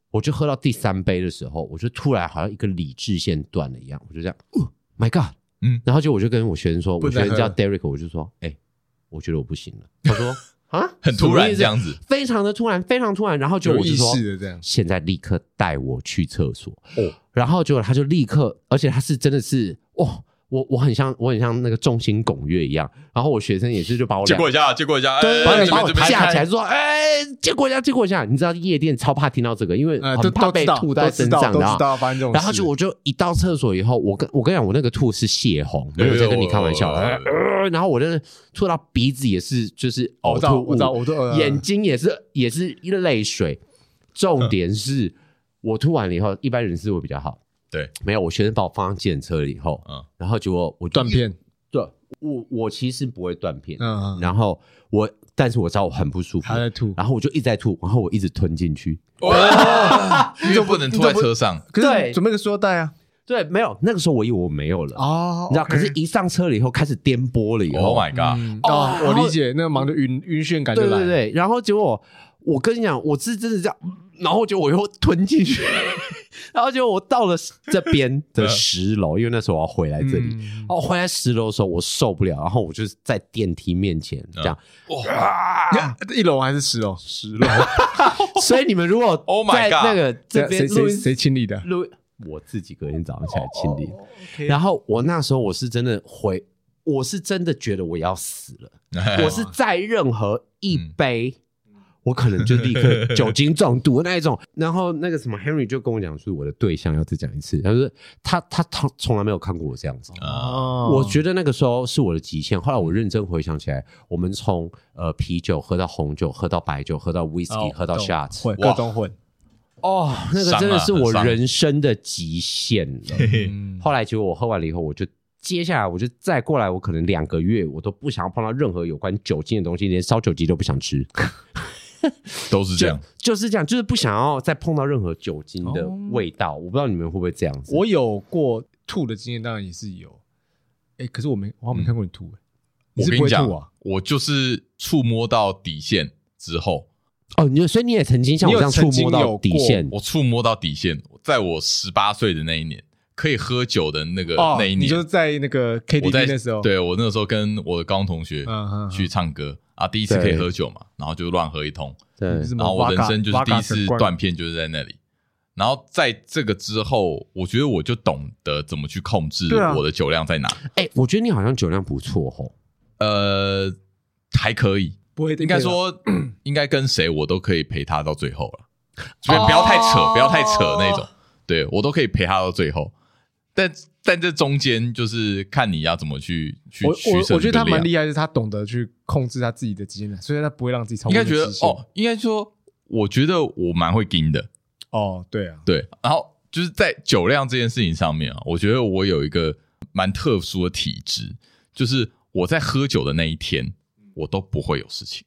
S3: 我就喝到第三杯的时候，我就突然好像一个理智线断了一样，我就这样、哦 m y God，
S2: 嗯
S3: 然后就我就跟我学生说，
S1: 不
S3: 我
S1: 能
S3: 学
S1: 喝
S3: 生叫 Derek，我就说，哎、我觉得我不行了。他说啊，
S2: 很突
S3: 什么
S2: 然
S3: 意思
S2: 这样子，
S3: 非常的突然，非常突然，然后就
S1: 有
S3: 我就
S1: 意
S3: 说，
S1: 识的这样。
S3: 现在立刻带我去厕所。
S2: 哦
S3: 哦，然后结果他就立刻，而且他是真的是，哦，我我很像我很像那个众星拱月一样，然后我学生也是就把我
S2: 结
S3: 两
S2: 果一下，结果一下，哎，
S3: 对，
S2: 哎
S3: 把我
S2: 这边这边
S3: 架起来
S2: 开
S3: 说：“哎，借过一下，借过一下。”你知道夜店超怕听到这个，因为
S1: 呃，
S3: 很
S1: 都
S3: 怕
S1: 都知
S3: 被
S1: 道，
S3: 吐在
S1: 都
S3: 身
S1: 知
S3: 上
S1: 道，都
S3: 的
S1: 知
S3: 啊。
S1: 道发生这种事。
S3: 然后就我就一到厕所以后，我跟我跟你讲，我那个吐是血红，没有在跟你开玩笑。
S2: 哎呦
S3: 呃然后我真的吐到鼻子也是，就是
S1: 哦
S3: 呕
S1: 我知道，
S3: 吐
S1: 我知道，
S3: 物，
S1: 我都呃
S3: 眼睛也是也是泪水。
S1: 嗯
S3: 重点是我吐完了以后，一般人是会比较好。
S2: 对，
S3: 没有，我学生把我放上检车了以后，
S2: 嗯
S3: 然后结果我就
S1: 断片，
S3: 对，我我其实不会断片，
S1: 嗯，
S3: 然后我但是我知道我很不舒服
S1: 他，在吐，
S3: 然后我就一直在吐，然后我一直吞进去。
S2: 哇，因为不能吐在车上，
S1: 可是
S3: 对
S1: 准备个塑料袋啊，
S3: 对，没有那个时候我以为我没有了，
S1: 哦
S3: 你知道，可是一上车了以后开始颠簸了以后
S2: Oh my god！
S1: 嗯
S3: 哦
S1: 哦，我
S3: 然后
S1: 理解，那个忙的晕晕眩感就
S3: 对
S1: 来
S3: 对
S1: 了，
S3: 对，然后结果我跟你讲，我是真的这样，然后结果我又吞进去， 然后结果我到了这边的十楼，因为那时候我要回来这里。
S1: 嗯
S3: 哦，回来十楼的时候我受不了，然后我就是在电梯面前
S1: 嗯
S3: 这样，
S2: 哇
S3: 啊
S1: 一楼还是十楼？十楼，
S3: 所以你们 如果
S2: Oh my
S3: 在
S2: God
S3: 那个这
S1: 谁
S3: 边录
S1: 谁
S3: 音
S1: 谁清理的？
S3: 录，我自己隔天早上起来清理。
S1: OK
S3: 然后我那时候我是真的回，我是真的觉得我要死了。
S2: 哎
S3: 我是在任何一杯，
S2: 嗯
S3: 我可能就立刻酒精中毒那一种。然后那个什
S2: 嗯
S3: 么 Henry 就跟我讲说，我的对象要再讲一次，他说他他他从来没有看过我这样子。
S2: 啊，
S1: 哦
S3: 我觉得那个时候是我的极
S2: 嗯
S3: 限。后来我认真回想起来，我们从呃啤酒喝到红酒，喝到白酒，喝到 whisky，、
S1: 哦
S3: 喝到
S1: 懂
S3: shots，
S1: 混各种混，
S3: 哦，那个真的是我
S2: 伤啊很伤
S3: 人生的极限了。
S1: 嗯
S3: 后来结果我喝完了以后，我就接下来我就再过来，我可能两个月我都不想要碰到任何有关酒精的东西，连烧酒鸡都不想吃，
S2: 都是这
S3: 就
S2: 样，
S3: 就是这样，就是不想要再碰到任何酒精的
S4: 嗯
S1: 哦
S3: 味道。我不知道你们会不会这样子。
S1: 我有过吐的经验，当然也是有。哎，可是我没，我好像没看过你吐。哎你
S2: 嗯我
S1: 是
S2: 跟
S1: 不会
S2: 你讲
S1: 吐啊，，
S2: 我就是触摸到底线之后，
S3: 哦，你就所以你也曾经像我这样触摸
S1: 你有
S3: 到
S1: 曾经有
S3: 底
S1: 过
S3: 线，
S2: 我触摸到底线，在我十八岁的那一年，可以喝酒的那个
S1: 哦，
S2: 呃那一
S1: 你
S2: 年
S1: 就是，在那个
S2: 我在
S1: KTV 那时候，，
S2: 对我那时候跟我的高中同学
S1: 嗯嗯，
S2: 去唱歌啊，第一次可以喝酒嘛，然后就乱喝一通，
S3: 对
S4: 嗯
S1: 什么
S2: 然后我
S1: vodka-
S2: 人生就是第一
S1: vodka
S2: 次
S1: 罐
S2: 断片，就是在那里。然后在这个之后，我觉得我就懂得怎么去控制
S1: 对啊
S2: 我的酒量在哪。
S3: 哎、我觉得你好像酒量不错哦。
S2: 呃，还可以，
S1: 不会，啊
S2: 应该 说应该跟谁我都可以陪他到最后了，所
S1: 哦
S2: 以不要太扯，不要太扯那种。对我都可以陪他到最后，但但这中间就是看你要怎么去去
S1: 我
S2: 取
S1: 我
S2: 舍
S1: 我觉得他蛮
S2: 害，
S1: 厉害，是他懂得去控制他自己的极限的，所以他不会让自己超
S2: 应
S1: 过
S2: 该
S1: 那个
S2: 觉得
S1: 极限。
S2: 哦，应该说我觉得我蛮会盯的，
S1: 哦，对啊，
S2: 对，然后就是在酒量这件事情上面啊，我觉得我有一个蛮特殊的体质，就是我在喝酒的那一天，我都不会有事情，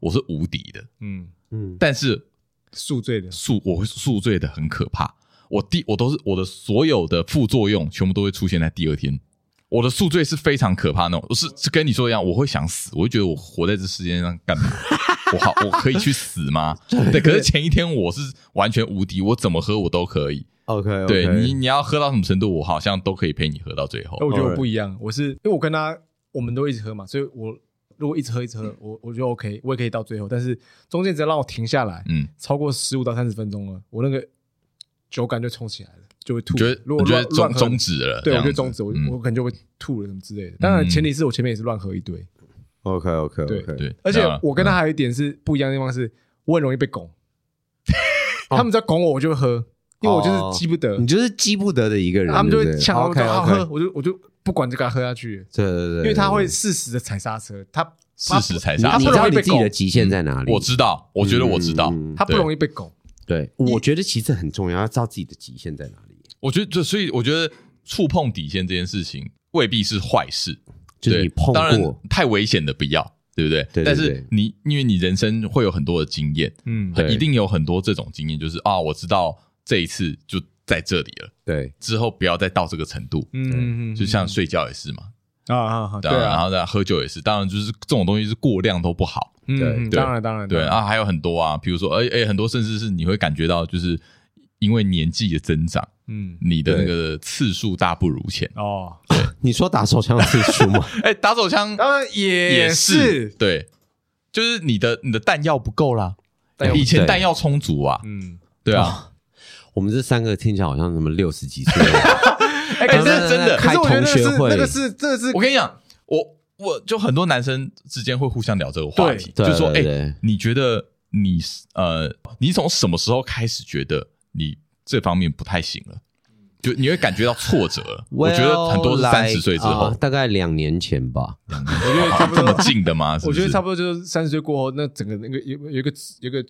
S2: 我是无敌的，
S1: 嗯，
S3: 嗯，
S2: 但是
S1: 宿醉的，
S2: 宿我会宿醉的很可怕。我第我都是我的所有的副作用全部都会出现在第二天。我的宿醉是非常可怕那种，我是是跟你说一样，我会想死，我会觉得我活在这世界上干嘛？我好，我可以去死吗？对，可是前一天我是完全无敌，我怎么喝我都可以。
S4: OK，
S2: 对你，你要喝到什么程度，我好像都可以陪你喝到最后
S1: 哎。我觉得我不一样，我是因为我跟他我们都一直喝嘛，所以我如果一直喝一直喝，我我觉得 OK，我也可以到最后，但是中间只要让我停下来，
S2: 嗯，
S1: 超过十五到三十分钟了，我那个酒感就冲起来了，就会吐。
S2: 你觉得
S1: 如
S2: 你
S1: 果
S2: 觉得
S1: 乱乱
S2: 终
S1: 喝
S2: 终止了？
S1: 对，
S2: 这
S1: 我
S2: 样
S1: 觉
S2: 子
S1: 得终止，我、
S2: 嗯
S1: 我可能就会吐了什么之类的。当然，前提是我前面也是乱喝一堆，
S4: OK OK
S1: 对
S4: OK，
S2: 对，啊嗯
S1: 而且
S2: 当然
S1: 我跟他还有一点是不一样的地方是，我很容易被 拱。他们只要拱我，我就会喝，因为我
S2: 哦
S1: 就是记不得，
S4: 你就是激不得的一个人，
S1: 他们就
S4: 对不
S1: 会
S4: 对
S1: 抢我
S4: OK
S1: 说好喝，
S4: OK，
S1: 我就我就不管就给他喝下去，
S4: 对对对，
S1: 因为他会适时的踩刹车，他
S2: 事实才
S3: 你
S2: 是
S1: 他
S3: 你
S1: 不
S3: 知
S1: 容
S3: 道
S1: 易
S3: 你
S1: 被
S3: 自己的
S1: 拱，
S3: 极限在哪里？
S2: 我知道，我觉得我知道。
S4: 嗯嗯嗯
S1: 他不容易被拱。
S3: 对，我觉得其实很重要，要知道自己的极限在哪里，
S2: 我觉得，就所以我觉得触碰底线这件事情未必是坏事，
S3: 就是
S2: 对
S3: 你碰
S2: 当然
S3: 过，
S2: 太危险的不要，对不对？
S4: 对对
S2: 但是
S4: 对
S2: 你因为你人生会有很多的经验，
S1: 嗯
S2: 一定有很多这种经验，就是啊，我知道这一次就在这里了，
S4: 对
S2: 之后不要再到这个程度。
S1: 嗯
S2: 就像睡觉也是嘛，
S1: 啊啊啊，对
S2: 当然，然
S1: 啊，
S2: 后再喝酒也是，当然就是这种东西是过量都不好，
S1: 嗯，当然当然
S2: 对啊，还有很多啊，比如说，哎哎，很多甚至是你会感觉到，就是因为年纪的增长，
S1: 嗯
S2: 你的那个次数大不如前，
S1: 哦，
S3: 你说打手枪的次数吗？
S2: 哎，打手枪
S1: 当然也
S2: 也是，对，就是你的你的弹药不够啦
S1: 弹药，不
S2: 以前
S3: 对
S2: 弹药充足啊，
S1: 嗯，
S2: 对啊，
S3: 我们这三个听起来好像什么六十几 岁的人，
S1: 哎，可
S2: 可
S1: 是
S2: 是真的
S1: 可
S3: 开
S1: 是我觉得
S3: 同
S1: 那
S3: 学
S1: 是
S3: 会，
S1: 那个是这个是
S2: 我跟你讲，我我就很多男生之间会互相聊这个话题，
S3: 对
S2: 就说
S3: 对
S2: 哎
S3: 对，
S2: 你觉得你呃，你从什么时候开始觉得你这方面不太行了？就你会感觉到挫折了，我觉得很多是
S3: Well,
S2: 三十岁之
S3: like，
S2: 后
S3: 啊，大概两年前吧。
S1: 我觉得差不
S2: 这么
S1: 多，
S2: 近的吗？
S1: 啊我觉得差
S2: 不
S1: 不多就是三十岁过后，那整个那个有有一个有一个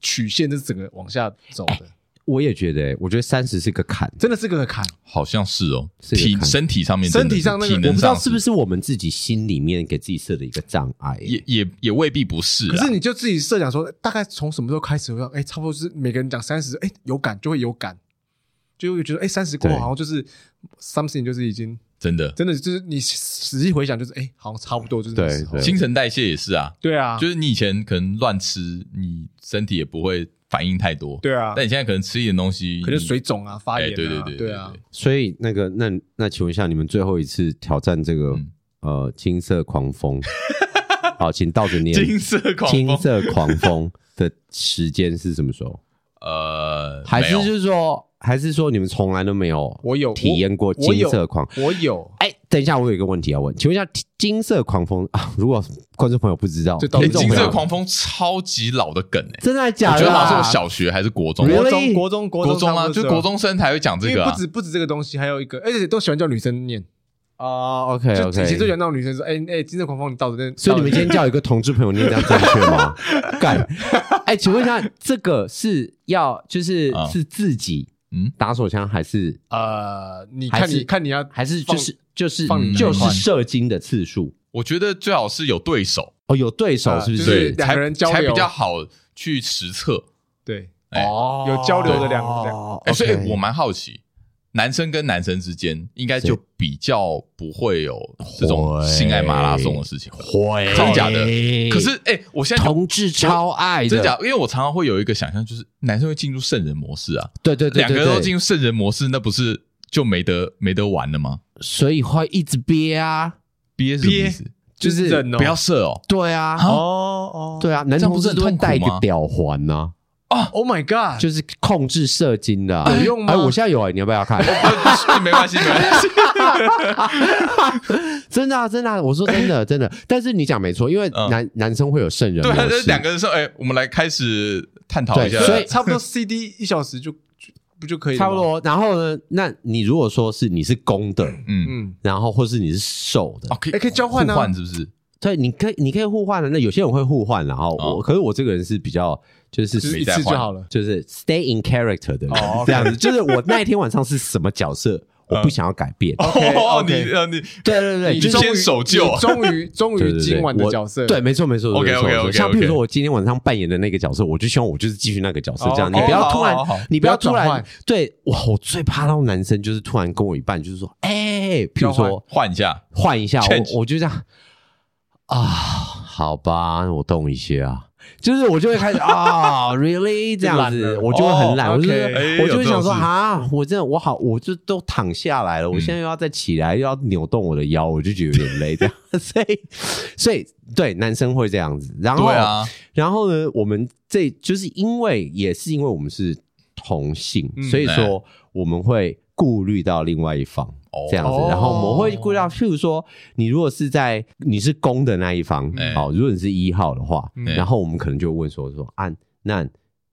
S1: 曲线，就是整个往下走的。
S3: 我也觉得、欸，我觉得三十是个坎，
S1: 真的是个坎，
S2: 好像是哦，
S3: 是有
S2: 体
S3: 看
S2: 身体上面真
S1: 身
S2: 的
S1: 体
S2: 是，
S1: 上那个
S2: 体
S1: 我
S2: 能
S3: 我不知
S2: 上
S3: 道是不是我们自己心里面给自己设的一个障碍、欸
S2: 也也也未必不是啊
S1: 可
S2: 啦
S1: 是。你就自己设想说，大概从什么时候开始会让？哎，差不多是每个人讲三十，哎，有感就会有感，就会觉得哎，三十过后
S3: 对
S1: 好像就是 something，就是已经
S2: 真的，
S1: 真的就是你仔细回想，就是哎，好像差不多就是那个
S3: 对
S1: 时候
S3: 对
S2: 新陈代谢也是啊，
S1: 对啊，
S2: 就是你以前可能乱吃，你身体也不会反应太多。
S1: 对啊，
S2: 但你现在可能吃一点东西，
S1: 可能水肿啊、发
S2: 哎
S1: 炎啊，
S2: 对对对
S1: 对啊，
S3: 所以那个，那那请问一下，你们最后一次挑战这个、
S2: 嗯
S3: 呃金色狂风，好，请倒着念
S2: 金色狂
S3: 金
S2: 风，
S3: 色狂风的时间是什么时候？
S2: 呃，
S3: 还是
S2: 没有
S3: 就是说，还是说你们从来都没有
S1: 我有
S3: 体验过
S1: 我
S3: 金色狂？
S1: 我有，
S3: 哎，等一下，我有一个问题要问，请问一下，金金色狂风啊，如果观众朋友不知道，
S1: 就到底
S2: 哎
S3: 听众
S2: 金
S3: 朋友
S2: 色狂风超级老的梗哎，
S3: 真的假
S2: 我
S3: 的？啊
S2: 觉得好像是我。小学还是国中，
S1: 国
S3: Really？
S1: 中国中国
S2: 国中
S1: 差
S2: 啊，
S1: 不多
S2: 就是
S1: 吧
S2: 国，中生才会讲这
S1: 因
S2: 个
S1: 为
S2: 啊
S1: 不。止不止这个东西，还有一个，而且都喜欢叫女生念，
S3: 哦，OK
S1: 就以前最喜
S3: OK，
S1: 欢那种女生说，哎哎，金色狂风你倒着念，
S3: 所以你们今天叫一个同志朋友念这样正确吗？干，哎，请问一下，这个是要就是
S2: 啊
S3: 是自己
S2: 嗯
S3: 打手枪，还是
S1: 呃，你
S3: 还
S1: 看
S3: 是
S1: 你看你要
S3: 还是
S1: 放
S3: 就是就是嗯
S1: 放
S2: 你
S3: 就
S2: 那一
S3: 是
S2: 块
S3: 射精的次数？
S2: 我觉得最好是有对手，
S3: 哦，有对手
S1: 啊
S3: 是不
S1: 就是
S3: 是？
S1: 两
S2: 才
S1: 个人交流
S2: 才比较好去实测。
S1: 对
S2: 哎
S3: 哦
S1: 有交流的两两
S2: 哎，所以
S3: OK
S2: 我蛮好奇，男生跟男生之间应该
S3: 是
S2: 就比较不会有这种性爱马拉松的事情吧。
S3: 会
S2: 真假的可是，哎，我现在就
S3: 同志超爱的，
S2: 真假？因为我常常会有一个想象，就是男生会进入圣人模式啊，
S3: 对对对
S2: 两
S3: 对
S2: 个人都进
S3: 对，
S2: 入圣人模式，那不是就没得没得玩了吗？
S3: 所以会一直憋啊，
S2: 憋是什么意思？
S3: 就是
S1: 忍哦
S2: 不要射哦！
S3: 对啊，
S2: 啊
S1: 哦哦，
S3: 对啊，男
S2: 这样
S3: 同
S2: 不是
S3: 志
S2: 很
S3: 都会
S2: 痛苦
S3: 带一个
S2: 吗
S3: 吊环呢，
S1: ，Oh my God，
S3: 就是控制射精的啊，
S1: 有用吗
S3: 哎，我现在有啊，你要 不 要看？
S2: 不没关系，没关系。
S3: 真的啊，真的啊，我说真 的，真的。但是你讲没错，因为
S2: 嗯
S3: 男男生会有圣人
S2: 对
S3: 模
S2: 啊，
S3: 式，
S2: 就是两个人说，哎，我们来开始探讨一下
S3: 对。所以
S1: 差不多 CD 一小时就就不就可以了吗
S3: 差不，多。然后呢，那你如果说是你是公的，
S2: 嗯，
S1: 嗯，
S3: 然后或是你是瘦的
S2: 哦，，可以
S1: 哎可以交换啊
S2: 互换是不是？
S3: 对，你可以你可以互换的。啊那有些人会互换啦，然后
S2: 哦
S3: 我可是我这个人是比较就是
S1: 就是
S2: 没
S1: 一
S2: 在
S1: 次就
S2: 换
S1: 好了。
S3: 就是 stay in character 的 人
S1: 哦，OK 嗯
S3: 这样子。就是我那一天晚上是什么角色，我不想要改变。
S1: OK，
S2: 哦，
S1: OK
S2: 你呃你
S3: 对对对，
S1: 你
S3: 就是
S1: 终于
S2: 先守旧
S1: 你终于终
S3: 对
S1: 于
S3: 对对
S1: 今晚的
S3: 我
S1: 角色，
S3: 对，没错没错。
S2: OK，
S3: 没错
S2: OK，
S3: 没错
S2: OK，
S3: 像比如
S2: OK
S3: 说我今天晚上扮演的那个角色，我就希望我就是继续那个角色
S1: 哦
S3: 这样。你
S1: 哦
S3: 不要
S2: 好
S3: 突然
S2: 好好，
S3: 你不要突
S1: 不要转
S3: 然
S1: 换
S3: 对哇！我最怕那种男生就是突然跟我一半，就是说，哎，譬如
S1: 交换
S3: 说
S2: 换一下，
S3: 换一下，
S2: Change
S3: 我我就这样啊，好吧，我动一下。就是我就会开始 啊、r e a l l y 这样
S1: 就懒
S3: 子，
S1: 了
S3: 我就会很懒，
S1: 哦
S3: 我就
S1: OK
S2: 哎
S3: 是我就
S2: 有这
S3: 会
S2: 种
S3: 想说
S2: 事
S3: 啊，我真的我好，我就都躺下来了，我
S2: 嗯
S3: 现在又要再起来，又要扭动我的腰，我就觉得有点累，这样， 所以所以对男生会这样子，然后
S2: 对啊，
S3: 然后呢，我们这就是因为也是因为我们是同性，
S1: 嗯
S3: 所以说我们会顾虑到另外一方、
S2: 哦
S3: 这样子
S1: 哦，
S3: 然后我们会顾虑到，譬如说你如果是在你是公的那一方，
S2: 嗯
S3: 好，如果你是一号的话，
S1: 嗯
S3: 然后我们可能就会问说说啊，那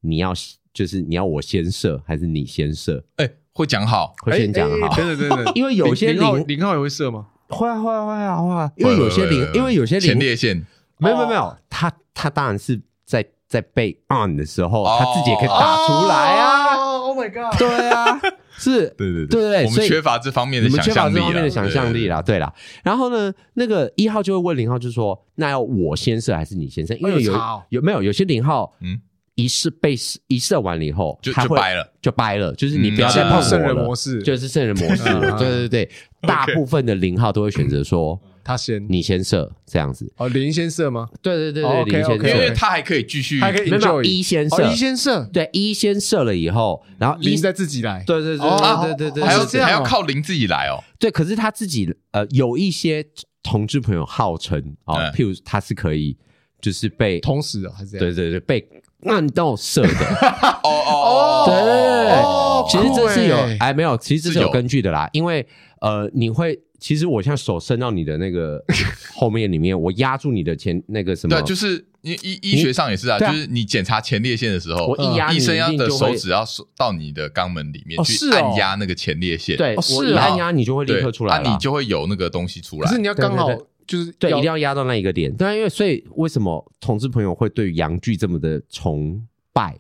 S3: 你要就是你要我先射还是你先射？
S2: 哎，会讲好，
S3: 会先讲好，
S1: 哎哎，等等等等
S3: 因为有些
S1: 零号
S3: 零
S1: 零号也会射吗？
S3: 会啊会啊会啊会啊，因为有些
S2: 会会
S3: 零
S2: 会
S3: 因为有些
S2: 前
S3: 零
S2: 列腺
S3: 没有没有没有，他他当然是在在被 on 的时候，
S2: 哦
S3: 他自己也可以打出来啊，
S1: ！Oh my God！
S3: 对啊，是，
S2: 对对
S3: 对对
S2: 我
S3: 所
S2: 们
S3: 以
S2: 缺乏这方面
S3: 你
S2: 的
S3: 们
S2: 想
S3: 缺乏
S2: 象力啊
S3: 这
S2: 啦
S3: 方面的想象力。啦，对啦。然后呢，那个一号就会问零号，就说那要我先射还是你先射？因
S1: 哦
S3: 为
S1: 有
S3: 有
S1: 差哦
S3: 有没有有些零号，
S2: 嗯
S3: 嗯，一射被射一射完了以后，
S2: 就
S3: 他
S2: 就
S3: 会
S2: 掰了，
S3: 就掰了，就是你
S2: 嗯
S3: 不要
S2: 啊
S3: 再
S1: 进入
S3: 碰我
S1: 圣人
S3: 了
S1: 模式，
S3: 就是圣人模式
S1: 嗯
S3: 了，
S1: 啊
S3: 对对对，大部分的零号都会选择说
S1: 他先
S3: 你先射这样子，
S1: 哦，林先射吗？
S3: 对对对
S1: 哦
S3: 对，
S1: ，OK，
S3: 零先
S1: OK，
S2: 因
S3: 射，
S2: 为他还可以继续，
S1: 还可以
S3: 嗯没有没有
S1: enjoy
S3: 一先
S1: 哦，
S3: 射，
S1: 林先射，
S3: 对一先射了以后，然后一
S1: 林再自己来。
S3: 对对对
S1: 哦
S3: 对对对对，
S2: 还要
S1: 是这样哦
S2: 还要靠零自己来哦。
S3: 对，可是他自己呃有一些同志朋友号称啊
S2: 嗯，
S3: 譬如他是可以就是被
S1: 同时哦还是这样
S3: 对对对被按到射的，
S2: 哦哦哦，
S1: 哦
S3: 其实这是有
S1: 酷欸
S3: 哎没有，其实这是
S2: 是
S3: 有
S2: 有
S3: 根据的啦，因为呃你会。其实我像手伸到你的 那个后面里面，我压住你的前那个什么，
S2: 对，就是因为医医学上也是啊，
S3: 对
S2: 就
S3: 啊
S2: 是你检查前列腺的时候，嗯
S3: 我一压
S2: 医
S3: 你
S2: 生要
S3: 一定
S2: 的
S3: 就会
S2: 手指要收到你的肛门里面
S1: 哦
S2: 去
S1: 是哦
S2: 按压那个前列腺，
S3: 对，
S1: 哦
S3: 我
S1: 是
S3: 一
S1: 啊
S3: 按压你就会立
S2: 对，
S3: 刻出来
S2: 啊
S3: 了
S2: 你。就会有那个东西出
S1: 可
S2: 来
S1: 是。你要刚好
S3: 对对
S1: 就是
S3: 对，一定要压到那一个点。对啊，因为所以为什么同志朋友会对洋剧这么的崇拜？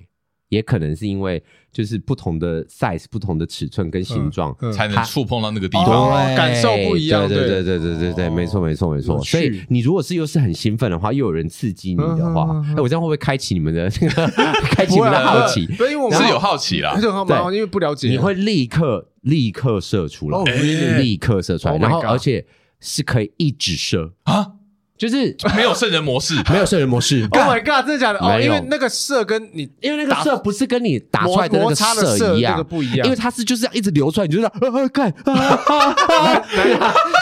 S3: 也可能是因为就是不同的 size、不同的尺寸跟形状，
S1: 嗯
S2: 才能触碰到那个地
S1: 哦
S2: 方。
S1: 感受不一样
S3: 对对
S1: 对
S3: 对对对对对，
S1: 哦
S3: 没错没错没错
S1: 有。趣
S3: 所以你如果是又是很兴奋的话，又有人刺激你的话
S1: 嗯嗯嗯，嗯
S3: 哎，我这样会不会开启你 们的开启你
S1: 不
S3: 们
S1: 会
S3: 的
S1: 啊
S3: 好奇？
S1: 对，因为我们
S2: 是有好奇啦
S1: 而，且很好蛮好，因为不了解，
S3: 你会立刻立刻射出来
S1: 哦，really？
S3: 立刻射出来，
S1: Oh my
S3: 然后
S1: God。
S3: 而且是可以一直射，
S2: 啊，
S3: 就是
S2: 没有圣人模式，
S3: 没有射人模式
S1: Oh my god！真的假的？哦，
S3: 没
S1: 因
S3: 有
S1: 为那个射跟你
S3: 因为那个射不是跟你打出来的那
S1: 摩
S3: 个
S1: 擦的射
S3: 一
S1: 那个
S3: 样，
S1: 不一样，
S3: 因为它是就是一直流出来，你就知道，呃呃，看，啊啊啊啊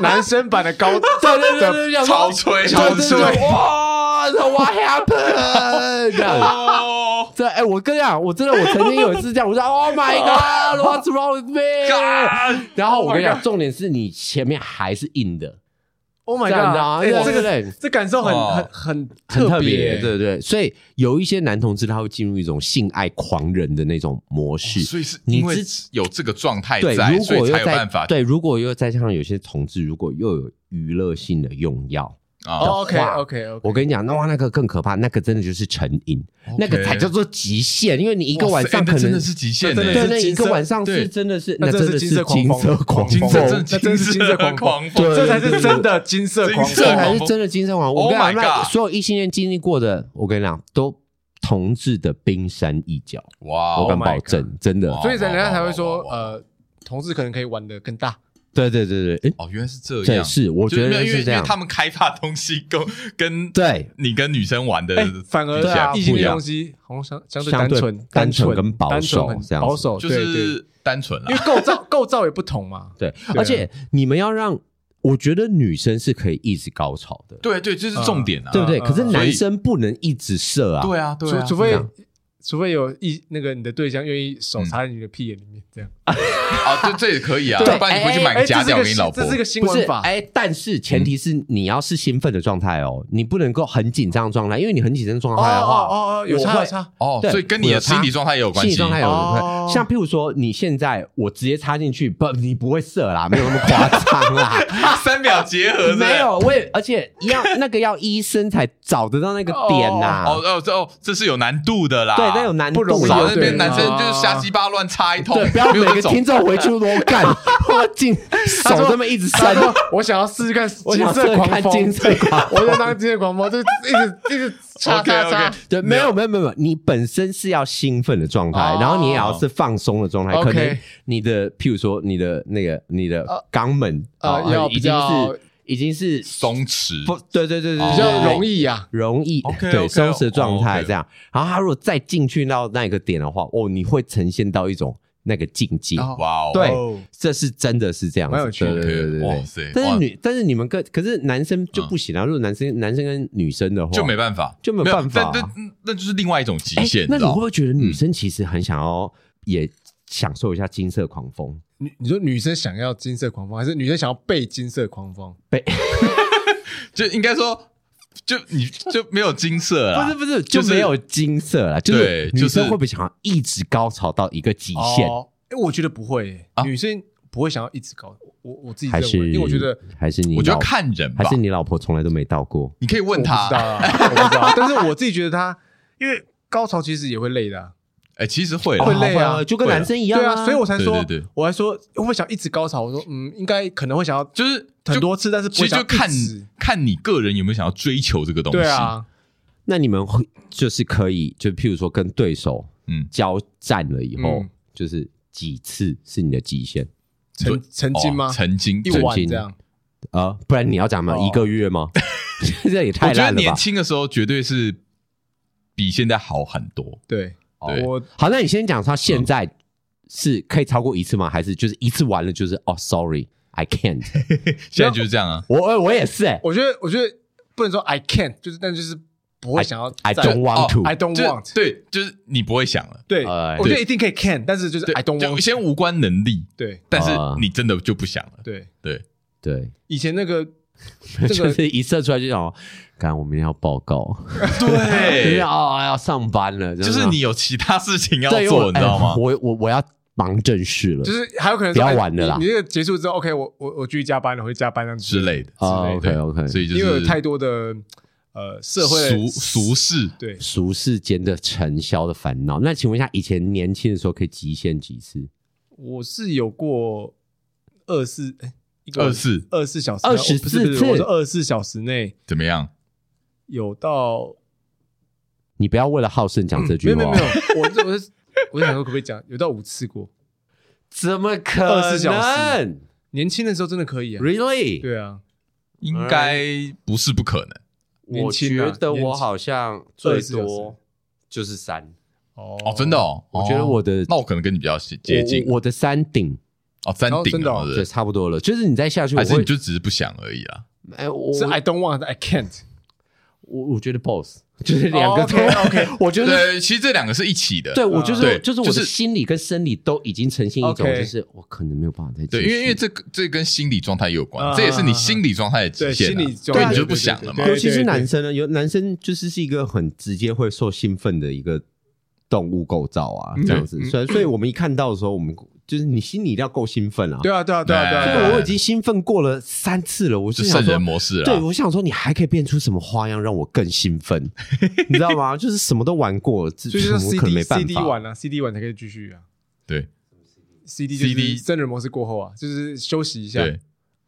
S1: 男生版的高
S3: 对对对对，想说
S2: 超吹
S1: 超
S3: 对对
S1: 吹
S3: 对哇，What happened？这样
S2: 哦，
S3: 这哎，我跟你讲，我真的，我曾经有一次这样，我说 Oh my God，What's wrong with me？
S2: 干
S3: 然后我跟你
S1: Oh my
S3: 讲，重点是你前面还是硬的，
S1: ，Oh my
S3: 这样子啊
S1: god！哎这
S3: 对对
S1: 个
S3: 对
S1: 这感受很
S2: 哦
S1: 很很
S3: 很特别，
S1: 对
S3: 对对。所以有一些男同志他会进入一种性爱狂人的那种模式。
S2: 所以是
S3: 你
S2: 因为
S3: 自
S2: 有这个状态
S3: 对，
S2: 在，
S3: 如
S2: 所
S3: 果
S2: 以
S3: 又
S2: 才有
S3: 在
S2: 办法
S3: 对，如果又再加上有些同志，如果又有娱乐性的用药，
S2: 啊。
S1: 哦
S3: 哦
S1: OK OK OK，
S3: 我跟你讲，那哇，那个更可怕，那个真的就是成瘾，那个才叫做极限，因为你一
S2: 一
S3: 个晚上可
S2: 哎真
S3: 能
S2: 的是极限
S1: 那真的
S3: 对，
S1: 是
S2: 欸，
S3: 那
S1: 金
S3: 一个
S1: 色
S3: 晚上
S2: 对
S3: 是真的是，
S1: 那
S3: 那
S1: 真
S3: 真
S1: 的
S3: 的
S1: 是金色
S3: 是
S1: 狂
S3: 金色
S1: 风
S3: 狂
S2: 金
S3: 风，
S2: 色
S1: 那真是金色狂
S2: 狂风，
S3: 对
S1: 这才是真的金色狂
S2: 金
S1: 风，
S2: 色
S3: 这
S2: 狂
S3: 才
S2: 风
S3: 是真的金色狂风。
S2: Oh
S3: 我跟你
S2: my
S3: 讲，那
S2: God
S3: 所有异性恋经历过的，我跟你讲，都同志的冰山一角，
S2: 哇
S3: 我
S2: 哦
S3: 敢
S1: my
S3: 保证，真的
S2: 哇。
S1: 所以人家才会说
S2: 哇哇哇哇
S1: 呃，同志可能可以玩的更大。
S3: 对对对对，诶
S2: 哦，原来是这
S3: 这
S2: 样，
S3: 是我
S2: 就是
S3: 觉
S2: 没有因
S3: 得
S2: 为
S3: 是
S2: 因
S3: 这
S2: 为
S3: 样，
S2: 他们开发东西跟跟
S3: 对。啊
S2: 你跟女生玩的
S1: 哎，反而
S2: 比起来
S1: 异性
S2: 不一
S1: 恋
S2: 样
S1: 东，西好像相相对
S3: 相
S1: 单
S3: 对
S1: 纯、
S3: 单纯
S1: 纯
S3: 跟保
S1: 单纯
S3: 守
S1: 很
S3: 这样子
S1: 保守，
S2: 就
S1: 对对
S2: 是单纯
S1: 因为
S2: 啦。
S1: 构造 构造也不同嘛。
S3: 对
S1: 啊，
S3: 而且你们要让，我觉得女生是可以一直高潮的，
S2: 对对，这是重点啊。
S3: 对不对？
S1: 嗯
S3: 可是
S1: 嗯
S3: 男生不能一直射啊。
S2: 对啊，对啊，
S1: 除除非
S3: 这样
S1: 除非有一那个你的对象愿意手插进你的屁眼里面，这样。
S2: 啊，这这也可以啊，
S3: 对
S2: 不然你回去买
S1: 哎，
S2: 个
S1: 这
S2: 假
S1: 是
S2: 屌
S1: 个
S2: 给你老
S1: 新
S2: 婆
S1: 这。是个新
S3: 不是
S1: 玩，法。
S3: 哎，但是前提是你要是兴奋的状态哦，你不能够很紧张的状态，因为你很紧张的状
S1: 哦
S3: 态的话，
S1: 哦哦，有
S3: 我
S1: 差
S3: 会
S1: 有差。
S2: 哦，
S3: 对
S2: 所以跟你的心理状态也有关
S3: 心
S2: 系。
S3: 理状态有
S1: 哦
S3: 像譬如说你现在我直接插进去，不，你不会射啦，没有那么夸张啦，
S2: 啊三秒结合是不是
S3: 没。有，我也而且要那个要医生才找得到那个点呐、
S2: 哦哦，这哦，这是有难度的啦。
S3: 对，那有难度
S1: 不容易
S3: 啦
S2: 少
S1: 啊
S2: 在那边
S1: 对
S2: 男生就是瞎
S1: 啊
S2: 鸡巴乱插一通
S3: 对，，不要
S2: 没
S3: 每
S2: 有那
S3: 个
S2: 种
S3: 听众回去都干，我进手
S1: 说
S3: 这么一直
S1: 他
S3: 伸，
S1: 说：“ 我想要试试看
S3: 我
S1: 金
S3: 想
S1: 色狂
S3: 看
S1: 风，
S3: 金色狂
S1: 我就当金色狂风，就一直一 直插
S2: OK，OK
S1: 插插。
S3: 对，没有没有没有，你本身是要兴奋的状态，
S1: 哦
S3: 然后你也要是放松的状态，
S1: OK
S3: 可能你的譬如说你的那个你的
S1: 呃
S3: 肛门
S1: 呃
S3: 哦
S1: 要比
S3: 已经
S1: 较哦
S3: 是已经是
S2: 松弛，
S3: 不对对对对，
S1: 比
S3: 对
S1: 较
S3: 对对
S1: 容易呀。
S3: 容易
S2: OK，
S3: 对
S2: OK，
S3: 松弛的状
S2: 哦
S3: 态
S2: ，OK
S3: 这样。然后他如果再进去到那个点的话，哦，你会呈现到一种那个境界。
S1: 哦
S2: 哇哦，
S3: 对
S1: 哦
S3: 这是真的是这样子，
S1: 蛮有趣的
S3: 对对对对对
S2: 哇塞
S3: 但
S2: 哇
S3: 是女，但是你们跟可是男生就不行啊。如果男生男生跟女生的话，
S2: 就没办法，
S3: 就没有办法啊
S2: 没有那那那就是另外一种极
S3: 哎
S2: 限，
S3: 那你
S2: 知道吗
S3: 会不会觉得女生其实很想要也享受一下金色狂风？
S1: 你你说女生想要金色狂风，还是女生想要被金色狂风？
S2: 就应该说，就你就没有金色啊
S3: 不
S2: 啦
S3: 是。不是，
S2: 就
S3: 就是没有金色啦，就是
S2: 对
S3: 女
S2: 就是
S3: 生会不会想要一直高潮到一个极限？
S1: 哦，哎，我觉得不会耶
S2: 啊，
S1: 女生不会想要一直搞。我我自己认
S3: 还
S1: 为，
S3: 是
S1: 因为我觉得
S3: 还是你
S2: 我觉得
S3: 老
S2: 看人吧
S3: 还，是你老婆从来都没到过。
S2: 你可以问
S1: 我不知道
S2: 他，
S1: 啊，我不知道。但是我自己觉得她，因为高潮其实也会累的啊，
S2: 哎，其实会啦
S1: 会累啊
S3: 哦就跟男生一样
S1: 对啊，所以我才说
S2: 对对对，
S1: 我还说会不会想一直高潮？我说嗯，应该可能会想要
S2: 就是
S1: 很
S2: 就
S1: 多次，但是不
S2: 其
S1: 会
S2: 实
S1: 想
S2: 就
S1: 要
S2: 看
S1: 一直
S2: 看你个人有没有想要追求这个东西。
S1: 对啊，
S3: 那你们会就是可以，就譬如说跟对手
S2: 嗯，
S3: 交战了以后，
S1: 嗯
S3: 就是几次是你的极限
S1: 曾曾经吗
S2: 哦？曾经
S1: 一
S2: 我
S1: 晚
S3: 经
S1: 这样，
S3: 啊、不然你要讲嘛，
S1: 哦
S3: 一个月吗？这也太
S2: 觉得
S3: 烂了
S2: 年
S3: 吧！
S2: 轻的时候绝对是比现在好很多。
S1: 对，
S2: 对
S1: 哦我
S3: 好，那你先讲他现在是可以超过一次吗？还是就是一次完了就是哦，sorry，I can't
S2: 现在就是这样啊，
S3: 我。我我也是哎、
S1: 我觉得我觉得不能说 I can't，就是但就是不会想要
S3: i
S1: 再
S3: don't
S2: 哦
S3: want to，、
S1: I don't
S2: 就
S1: want，
S2: 对，就是你不会想了。
S1: 对，
S3: 哎
S1: 我觉得一定可以 can，但是就是
S2: 对
S1: I don't
S2: 就
S1: want，
S2: 先无关能力，
S1: 对
S2: 但是
S3: 啊
S2: 你真的就不想了。
S1: 对，
S2: 对，
S3: 对，
S1: 以前那个这
S3: 就
S1: 个
S3: 是一射出来就想，看我明天要报告，明
S1: 啊
S2: 对
S3: 天哦要上班了，就
S2: 就是你有其他事情要
S3: 啊对
S2: 做，
S3: 我
S2: 你知道
S3: 哎
S2: 吗？
S3: 我我我要忙正事了，
S1: 就是还有可能说
S3: 不要
S1: 哎
S3: 玩了啦
S1: 你你这个结束之后，OK，我我我继续加班了，我会加班这样子
S2: 之类的
S3: 啊
S1: 之类
S3: ，OK
S1: 的
S3: OK，
S2: 所以就
S1: 因为有
S2: 是
S1: 太多的呃社会
S2: 俗俗世，
S1: 对
S5: 俗世间的尘嚣的烦恼。那请问一下，以前年轻的时候可以极限几次？
S1: 我是有过二四哎，
S2: 二四
S1: 二四小时哦
S5: 24
S1: 不是不是
S5: 次
S1: 我说二十四小时内
S2: 怎么样？
S1: 有到
S5: 你不要为了好胜讲这
S1: 没
S5: 句
S1: 有
S5: 话
S1: 没有
S5: 哦，
S1: 没有，我这我是我就想说可不可以讲有到五次过？
S5: 怎么可
S1: 24小
S5: 能
S1: 时年轻的时候真的可以啊，
S5: ？Really？
S1: 对啊，
S2: 应该不是不可能。
S1: 年
S5: 我
S1: 轻啊
S5: 觉得
S1: 年
S5: 我
S1: 轻
S5: 好像最
S1: 24小时
S5: 多就是三，
S1: 哦
S2: 哦，真的哦，
S5: 我觉得我的
S2: 哦那我可能跟你比较接近
S5: 我我的山顶
S2: 哦，山
S1: 哦真
S2: 顶
S1: 的
S2: 哦
S1: 哦，
S2: 是
S5: 对，差不多了。就是你再下去，我
S2: 还是
S5: 会
S2: 你就只是不想而已啊啦。
S5: 哎，我
S1: 是 I don't want 还是 I can't，哦
S5: 我我觉得 boss 就是两个都
S1: OK，
S5: 我觉得
S2: 对，其实这两个是一起的。
S5: 啊对我就
S2: 对
S5: 是就是我
S2: 就
S5: 的
S2: 是
S5: 心理跟生理都已经呈现一种，
S1: OK
S5: 就是我可能没有办法再继
S2: 对，
S5: 续
S2: 因为因为这个这跟心理状态也有关，
S1: 啊
S2: 这也是你心理状态的极
S1: 对
S2: 限啊。
S1: 心理状
S2: 对，
S1: 态
S2: 你就
S1: 对
S2: 不
S1: 对
S2: 想了嘛
S1: 对。
S3: 尤其是男
S5: 啊
S3: 生呢，有男生就是是一个很直接会受兴奋的一个动物构造啊，这样子。
S1: 嗯
S3: 所以，所以我们一看到的时候，我们就是你心里一定要够兴奋啊。
S1: 对啊对啊对啊对啊
S2: 哎
S1: 对
S3: 所
S1: 啊，
S3: 以
S1: 对啊
S3: 我已经兴奋过了三次了，我
S2: 是
S3: 是想
S2: 圣
S3: 说
S2: 人，模式啊
S3: 对
S2: 啦。
S3: 我想说你还可以变出什么花样让我更兴奋， 你知道吗？就是什么都玩过，这
S1: 所以就是
S3: 我可能
S1: CD
S3: 没办
S1: CD
S3: 法。
S1: 玩啊，CD 玩才可以继续啊
S2: 对
S1: ，CD 就是
S2: CD
S1: 真人模式过后啊，就是休息一下，
S2: 对，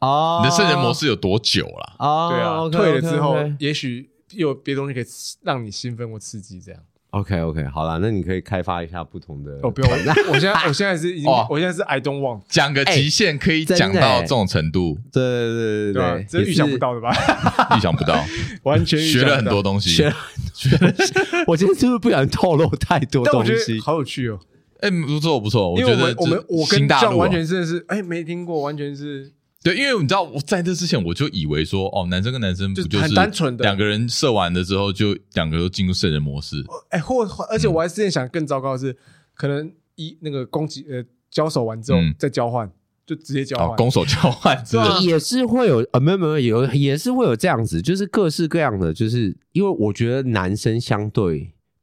S3: 哦
S2: 你的圣人模式有多久啦？
S3: 哦，
S1: 对啊，
S3: OK，OK，OK
S1: 退了之后，也许又有别的东西可以刺让你兴奋或刺激，这样。
S3: ，OK OK，好啦，那你可以开发一下不同的。
S1: 哦， 不用，我现在我现在是已经
S2: 哦，
S1: 我现在是 I don't want，
S2: 讲个极限可以讲
S3: 真的
S2: 到
S3: 欸
S2: 这种程度，
S3: 对对对
S1: 对吧
S3: 对，？
S1: 这
S3: 也
S1: 预想
S3: 是
S1: 不。到的吧？
S2: 意想不到，
S1: 完全预想
S2: 学
S1: 不
S2: 了
S1: 到
S2: 很多，东西
S3: 学。我今天是不是不想透露太多
S1: 但我
S3: 东
S1: 觉
S3: 西
S1: 得？好有趣哦，
S2: 哎，不错不错，
S1: 因为
S2: 觉
S1: 我
S2: 得
S1: 们我们
S2: 这
S1: 我
S2: 新
S1: 跟
S2: 大陆
S1: 样
S2: 啊
S1: 完全真的是哎没听过，完全是
S2: 对，因为你知道我在这之前我就以为说，哦，男生跟男生不
S1: 就是
S2: 是
S1: 很单纯的
S2: 两个人射完了之后就两个都进入圣人模式，
S1: 哎或或
S2: 嗯
S1: 而且我还之前想更糟糕的是，可能一那个攻击呃交手完之后
S2: 嗯
S1: 再交换，就直接交
S2: 哦，
S1: 换，
S2: 攻守交换之类的
S1: 对啊
S3: 也是会有呃，没有没有有，也是会有这样子，就是各式各样的，就是因为我觉得男生相对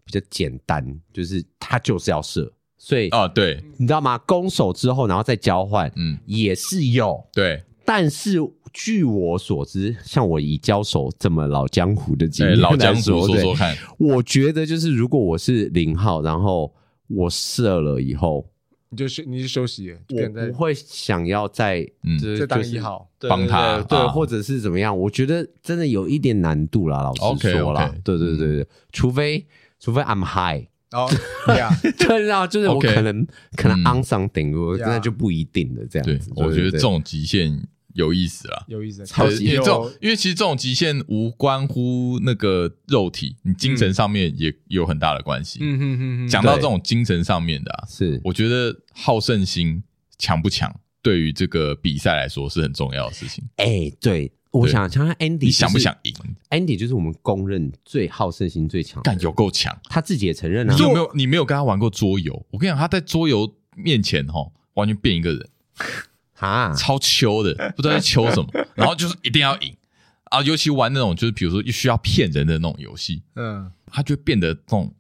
S3: 比较简单，就是他就是要射，所以、
S2: 啊，对，
S3: 你知道吗？攻守之后，然后再交换、
S2: 嗯，
S3: 也是有，
S2: 对，
S3: 但是据我所知，像我以交手这么老江湖的经
S2: 哎，
S3: 验
S2: 老江
S3: 来
S2: 湖说
S3: 对
S2: 说看，
S3: 我觉得就是如果我是零号，然后我射了以后，
S1: 你就休你就休息了，就变
S3: 我
S1: 成
S3: 不会想要再
S2: 嗯
S3: 就是
S1: 再当
S3: 就是
S1: 一号。
S3: 对
S2: 帮他
S3: 对对对
S2: 啊
S3: 对，或者是怎么样？我觉得真的有一点难度啦，老实
S2: OK，OK
S3: 说啦，对对
S2: 嗯
S3: 对对，除非除非 I'm high，
S1: 然后对 啊，
S3: 对啊，就是我
S2: OK
S3: 可能可能
S2: 嗯
S3: on something，我
S1: Yeah
S3: 那就不一定了，这样
S2: 对
S3: 子。，
S2: 我觉得这
S3: 对
S2: 种极限有意思啦。
S1: 有意思，
S2: 对因为
S1: 有
S2: 这种，因为其实这种极限无关乎那个肉体，你精神上面也有很大的关系。
S1: 嗯哼哼哼，
S2: 讲到这种精神上面的啊，
S3: 是
S2: 我觉得好胜心强不强，对于这个比赛来说是很重要的事情。
S3: 哎，对，我
S2: 对
S3: 想想看 Andy，
S2: 你想不
S3: 就是
S2: 想赢？
S3: Andy 就是我们公认最好胜心最强的
S2: 干
S3: 人，
S2: 有够强！
S3: 他自己也承认啊
S2: 你，有没有？你没有跟他玩过桌游？我跟你讲，他在桌游面前哈，完全变一个人，
S3: 哈，
S2: 超秋的，不知道在秋什么，然后就是一定要赢啊！尤其玩那种就是比如说需要骗人的那种游戏，
S1: 嗯，
S2: 他就会变得那种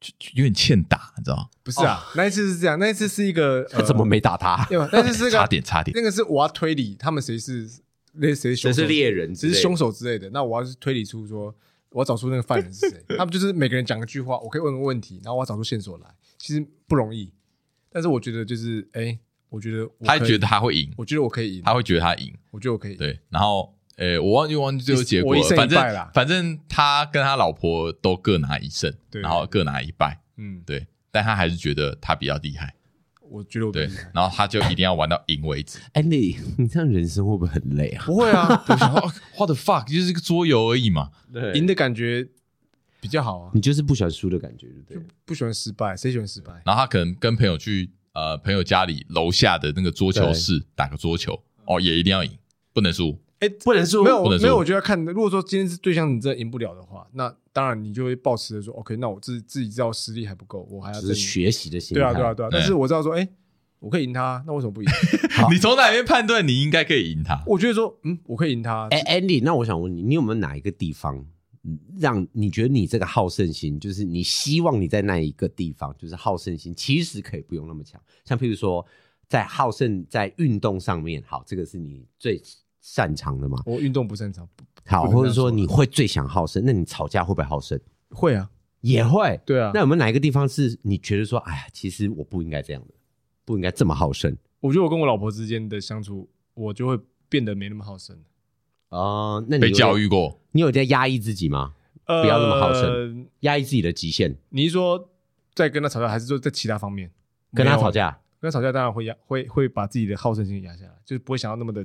S2: 就就有点欠打，你知道吗？
S1: 不是
S2: 哦
S1: 啊，那一次是这样，那一次是一个
S3: 他
S1: 呃
S3: 怎么没打他？
S1: 对吧？那次是
S2: 差
S1: 个
S2: 点差点，
S1: 那个是我要推理他们谁是那谁是
S3: 这
S1: 凶手
S3: 是猎人之
S1: 只
S3: 类的，
S1: 是凶手之类的。那我要是推理出说，我要找出那个犯人 是谁。他们就是每个人讲一句话，我可以问个问题，然后我要找出线索来。其实不容易，但是我觉得就是，哎，我觉得我
S2: 他
S1: 可以
S2: 觉得，他会赢，
S1: 我觉得我可以赢，
S2: 他会觉得他赢，
S1: 我觉得我可以赢。
S2: 对。然后，诶，我忘记忘记最后结果
S1: 我一
S2: 了，
S1: 胜一
S2: 反
S1: 败
S2: 正
S1: 啦
S2: 反正他跟他老婆都各拿一胜，
S1: 对
S2: 然后各拿一败，
S1: 嗯，
S2: 对。但他还是觉得他比较厉害，
S1: 我觉得我可
S2: 对
S1: 以赢。。
S2: 然后他就一定要玩到赢为止。
S3: Andy，你这样人生会不会很累啊？
S1: 不会 啊，
S2: 我想说哦，what the fuck，就是一个桌游而已嘛。
S3: 对
S1: 赢的感觉比较好啊，
S3: 你就是不喜欢输的感觉，对不对？
S1: 不喜欢失败，谁喜欢失败？
S2: 然后他可能跟朋友去呃朋友家里楼下的那个桌球室打个桌球，哦，也一定要赢，不能输。
S1: 哎，
S3: 不能输
S1: 没
S2: 不
S1: 有
S2: 能输
S1: 没有，我觉得要看，如果说今天是对象你真的赢不了的话，那当然你就会抱持着说，OK，那我自自己知道实力还不够，我还要
S3: 只
S1: 再
S3: 是
S1: 赢
S3: 学习的心
S1: 对
S3: 态。
S1: 啊对啊对啊，但是我知道说，哎，我可以赢他，那为什么不 赢？
S2: 你从哪边判断你应该可以赢他？
S1: 我觉得说，嗯，我可以赢他，
S3: 哎、a n d y 那我想问你，你有没有哪一个地方，嗯让你觉得你这个好胜心，就是你希望你在那一个地方，就是好胜心其实可以不用那么强？像譬如说，在好胜在运动上面，好，这个是你最擅长的嘛？
S1: 我运动不擅长，不
S3: 好，
S1: 不能这样
S3: 或者
S1: 说
S3: 说你会最想好胜，那你吵架会不会好胜？
S1: 会啊，
S3: 也会。
S1: 对啊。
S3: 那有没有哪一个地方是你觉得说，哎呀，其实我不应该这样的，不应该这么好胜
S1: 我觉得我跟我老婆之间的相处，我就会变得没那么好胜。
S3: 啊、那你
S2: 被
S3: 有
S2: 教，育过，
S3: 你有在压抑自己吗？
S1: 呃
S3: 不要那么好胜。压抑自己的极限，
S1: 你是说在跟他吵架，还是说在其他方面
S3: 跟他
S1: 没有
S3: 吵？架，
S1: 跟他吵架当然会压，会会把自己的好胜心压下来，就是不会想要那么的，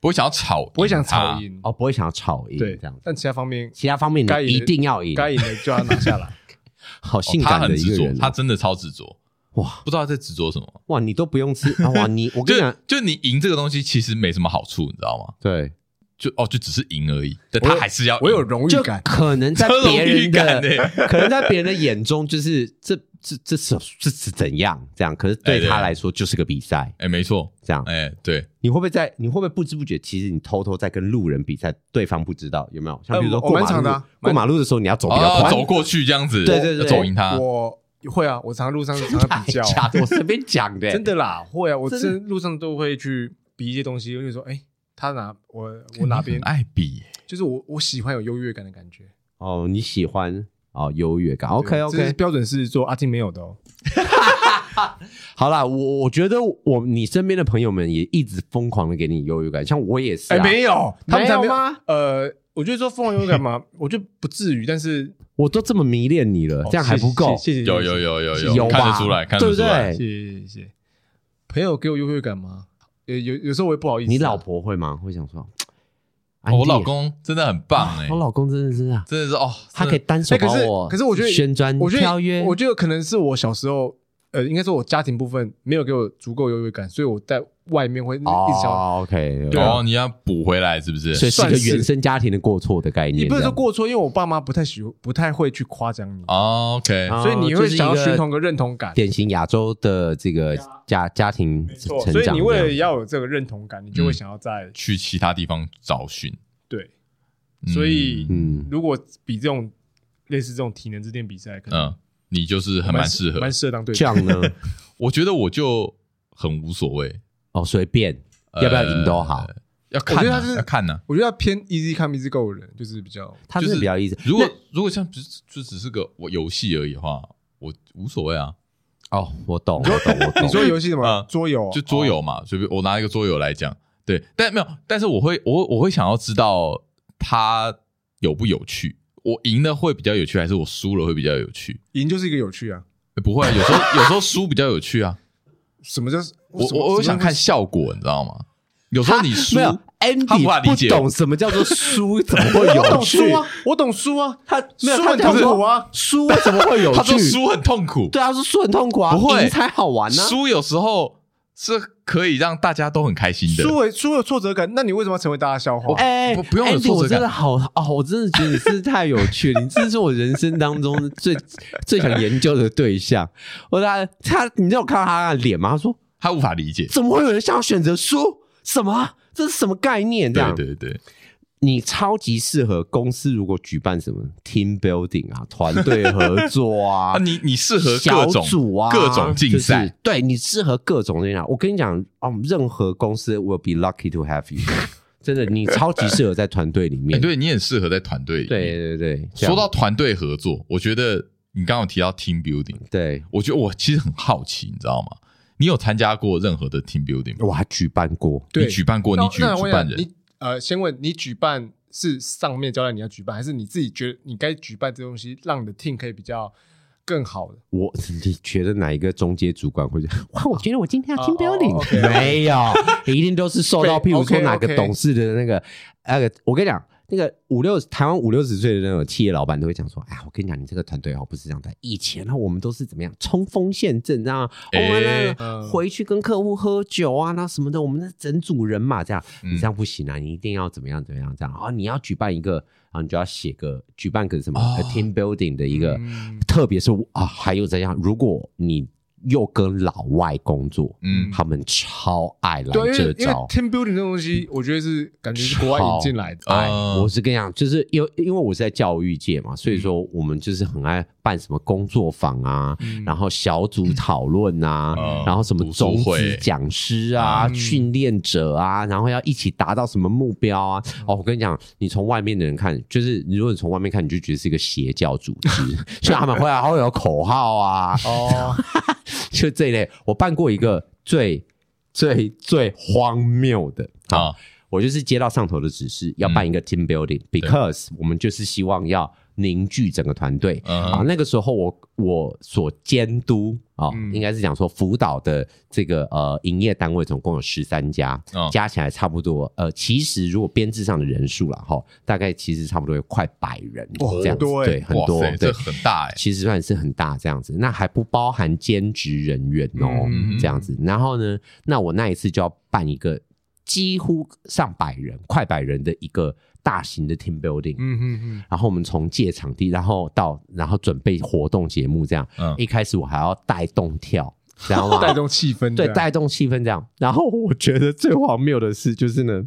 S2: 不会想要吵，
S1: 不会想吵，赢。
S3: 哦，不会想要吵赢
S1: 对，
S3: 这样子。
S1: 但其他方面，
S3: 其他方面
S1: 该
S3: 你
S1: 赢
S3: 一
S1: 的
S3: 定要赢，
S1: 该赢的就要拿下 来。
S3: 好
S2: 哦
S3: 性
S2: 他
S3: 感
S2: 很
S3: 的一
S2: 执
S3: 个
S2: 着
S1: 啊
S3: 人，哦、，
S2: 他真的超执着，
S3: 哇
S2: 不知道在执着什么。
S3: 哇，你都不用吃啊，哇你我跟
S2: 就
S3: 你讲，
S2: 就你赢这个东西其实没什么好处，你知道吗？
S3: 对，就
S2: 就哦，就只是赢而已，但
S1: 我
S2: 他
S1: 有
S2: 还是要赢。
S1: 我有荣誉
S3: 就
S1: 感，
S3: 可能在
S2: 这种
S3: 别
S2: 预
S3: 人
S2: 感
S3: 的
S2: 呢
S3: 可能在别人的眼中就是这这这是这是怎样这样，可是
S2: 哎
S3: 对
S2: 对
S3: 他来说就是个比赛
S2: 哎，没错，
S3: 这样。
S2: 哎，对，
S3: 你会不会在你会不会不知不觉，其实你偷偷在跟路人比赛，对方不知道有没有？像比如说
S1: 呃我
S3: 过
S1: 蛮
S3: 马
S1: 常
S3: 路，
S1: 的啊
S3: 过马路的时候你要走比较
S2: 哦，
S3: 快，
S2: 走过去这样子，
S3: 对对
S2: 要
S3: 对
S2: 走赢他。
S1: 我会啊，我常常路 上常 常比较啊，
S3: 假哎的，我随便讲 的，
S1: 真的啦，会啊，我
S3: 真的
S1: 真路上都会去比一些东西，我就说，哎，他哪我我
S2: 我
S1: 哪 边，
S2: 爱比？
S1: 就是我我喜欢有优越感的感觉。
S3: 哦，你喜欢哦优越感，OK
S1: 对这是
S3: OK，
S1: 标准是做阿金没有的哦。
S3: 好啦，我我觉得我你身边的朋友们也一直疯狂的给你优越感，像我也是、
S1: 哎，
S3: 啊，
S1: 没有，他们才
S3: 没
S1: 没
S3: 有
S1: 有
S3: 吗？
S1: 呃，我觉得说疯狂优越感 嘛，我觉得不至于，但是
S3: 我都这么迷恋你了，
S1: 哦
S3: 这样还不够，哎
S1: 谢谢，谢谢
S2: 有有，有有有，
S3: 有吧
S2: 看得出来，看
S3: 对
S2: 得
S3: 不
S2: 出来。
S1: 谢
S3: 对？
S1: 谢谢谢谢谢。朋友给我优越感吗？有有有时候我也不好意思啊。
S3: 你老婆会吗？会想说，
S2: 哦我老
S3: 安迪
S2: 公真的很棒哎
S3: 我，老公真的是啊，
S2: 真的是哦，
S3: 他
S2: 真
S3: 可
S2: 的
S3: 以单手
S1: 哎可
S3: 帮
S1: 是
S3: 我，
S1: 可是我觉得
S3: 旋转
S1: 我觉
S3: 跳
S1: 得
S3: 跃，
S1: 我觉得可能是我小时候，呃，应该说我家庭部分没有给我足够优越感，所以我在外面会一直想。
S3: 哦，OK，
S1: 对啊
S2: 哦，你要补回来是不是？
S3: 所以是一
S1: 算
S3: 个
S1: 是
S3: 原生家庭的过错的概念，
S1: 你不能
S3: 这
S1: 说
S3: 样
S1: 过错，因为我爸妈不太喜欢，不太会去夸奖你，
S2: 哦 OK，
S3: 啊
S1: 所以你会想要
S3: 就是一个
S1: 寻同个认同感。
S3: 典型亚洲的这个家家庭成长这
S1: 啊所
S3: 样，
S1: 以你为了要有这个认同感，你就会想要在、
S2: 去其他地方找寻。
S1: 对。
S2: 嗯
S1: 所以
S3: 嗯，
S1: 如果比这种类似这种体能之巅比赛，可能
S2: 嗯，你就是很蛮适合
S1: 蛮。适合当队
S3: 这
S1: 长。
S3: 样 呢，
S2: 我觉得我就很无所谓，
S3: 哦，随便
S2: 呃
S3: 要不要赢都好，
S1: 呃
S2: 要看
S1: 我觉
S2: 啊
S1: 得他是
S2: 要看呢。
S1: 我觉得他偏 easy come easy go 的人，就是比较
S3: 他
S2: 就是是
S3: 比较意思。
S2: 如果如果像只就只是个我游戏而已的话，我无所谓啊，
S3: 哦，我懂，我懂，我懂。
S1: 你说游戏什么
S2: 嗯
S1: 桌游
S3: 哦
S1: 啊，
S2: 就桌游嘛，随便我拿一个桌游来讲，对，但没有，但是我会我我会想要知道它有不有趣，我赢了会比较有趣，还是我输了会比较有趣？
S1: 赢就是一个有趣啊。
S2: 欸不会，有时 候有时候输比较有趣啊，
S1: 什么叫
S2: 我
S1: 什么
S2: 我我
S1: 什么
S2: 想
S1: 叫
S2: 看效果，你知道吗？有时候你输
S3: 没有
S2: 他无法理解
S3: ，Andy 不懂什么叫做输，怎么会
S1: 我
S3: 有
S1: 懂
S3: 趣？
S1: 输啊，我懂输啊，
S3: 他没有
S1: 输
S3: 他
S1: 很
S3: 讲
S1: 痛
S3: 说
S1: 苦啊。
S3: 输为什么会有趣？
S2: 他说输很痛苦，
S3: 对啊，是输很痛苦啊，
S2: 不会
S3: 赢才好玩啊呢、
S2: 输有时候是可以让大家都很开心的，
S1: 输有输有挫折感，那你为什么要成为大家笑话？
S3: 哎、
S2: 不不用有
S3: Andy，我
S2: 挫折感
S3: 真的好哦，我真的觉得你真是太有趣了，你真的是我人生当中最 最想研究的对象。我他他，你知道我看到他的脸吗？他说
S2: 他无法理解。
S3: 怎么会有人想要选择输？什么？啊这是什么概念？这
S2: 对
S3: 样，
S2: 对对，
S3: 你超级适合公司如果举办什么 team building 啊，团队合作 啊
S2: 啊，，你你适合
S3: 小
S2: 各种
S3: 组啊，
S2: 各种竞赛
S3: 就是对你适合各种竞赛。我跟你讲，哦，任何公司 will be lucky to have you，真 的，你超级适合在团队里
S2: 哎
S3: 面。
S2: 对你很适合在团队里面。
S3: 对对对，这
S2: 说
S3: 样
S2: 到团队合作，我觉得你刚刚有提到 team building，
S3: 对，
S2: 我觉得我其实很好奇，你知道吗？你有参加过任何的 team building 吗？
S3: 我还举办过，
S1: 对
S2: 你举办过，
S1: 那
S2: 你举
S1: 那我
S2: 举
S1: 想
S2: 办人，
S1: 你呃，先问你举办是上面交代你要举办，还是你自己觉得你该举办这东西，让你的 team 可以比较更好的？
S3: 我你觉得哪一个中介主管会讲？ 哇，我觉得我今天要
S1: 哦
S3: team
S1: 哦
S3: building，、
S1: ，OK，OK
S3: 没有，一定都是受到，譬
S1: 对
S3: 如说
S1: OK，OK
S3: 哪个董事的那个那个，我跟你讲，那个五六台湾五六十岁的那种企业老板都会讲说，哎呀，我跟你讲，你这个团队哦不是这样的，以前呢我们都是怎么样冲锋陷阵，啊哦这样，我们
S2: 哎
S3: 呢
S1: 嗯
S3: 回去跟客户喝酒啊，那什么的，我们那整组人马这样，
S2: 嗯
S3: 你这样不行啊，你一定要怎么样怎么样这样啊，你要举办一个。啊，你就要写个举办个什么、
S2: 哦
S3: a team building 的一个，
S1: 嗯
S3: 特别是啊，还有这样，如果你又跟老外工作，
S2: 嗯，
S3: 他们超爱来
S1: 对，啊因
S3: 这
S1: 为因为
S3: 招。
S1: team building 这种东西，我觉得是感觉是国外引进来的。
S2: 超
S1: 哎
S3: 哎，
S2: 呃嗯
S3: 我是跟你讲，就是因为因为我是在教育界嘛，所以说我们就是很爱办什么工作坊啊，然后小组讨论啊，
S2: 嗯
S3: 然后什么
S2: 读书
S3: 种
S2: 会
S3: 子讲师啊、
S1: 嗯
S3: 训练者啊，然后要一起达到什么目标啊？
S2: 嗯
S3: 哦，我跟你讲，你从外面的人看，就是如果你从外面看，你就觉得是一个邪教组织， 就他们会还会有口号啊，
S1: 哦，
S3: 就这一类。我办过一个最最最荒谬的啊，
S2: 啊，
S3: 我就是接到上头的指
S2: 嗯
S3: 示，要办一个 team building，because、我们就是希望要凝聚整个团队。
S2: 嗯
S3: 啊，那个时候我我所监督啊，
S1: 嗯
S3: 应该是讲说辅导的这个呃营业单位总共有十三家，
S2: 嗯
S3: 加起来差不多呃，其实如果编制上的人数啦，哈，大概其实差不多有快百人
S1: 哇
S3: 这样子，
S1: 很多欸
S3: 对，很
S2: 哇
S3: 多
S2: 塞，，
S3: 对
S2: 这，很大哎，
S3: 其实算是很大这样子，那还不包含兼职人员哦，
S1: 嗯
S3: 这样子。然后呢，那我那一次就要办一个几乎上百人、快百人的一个大型的 team building，、
S1: 嗯嗯嗯，
S3: 然后我们从借场地，然后到然后准备活动节目这样。
S2: 嗯
S3: 一开始我还要带动跳，知道吗？
S1: 带动气氛这
S3: 对，
S1: 样，
S3: 带动气氛这样。然后我觉得最荒谬的事就是呢，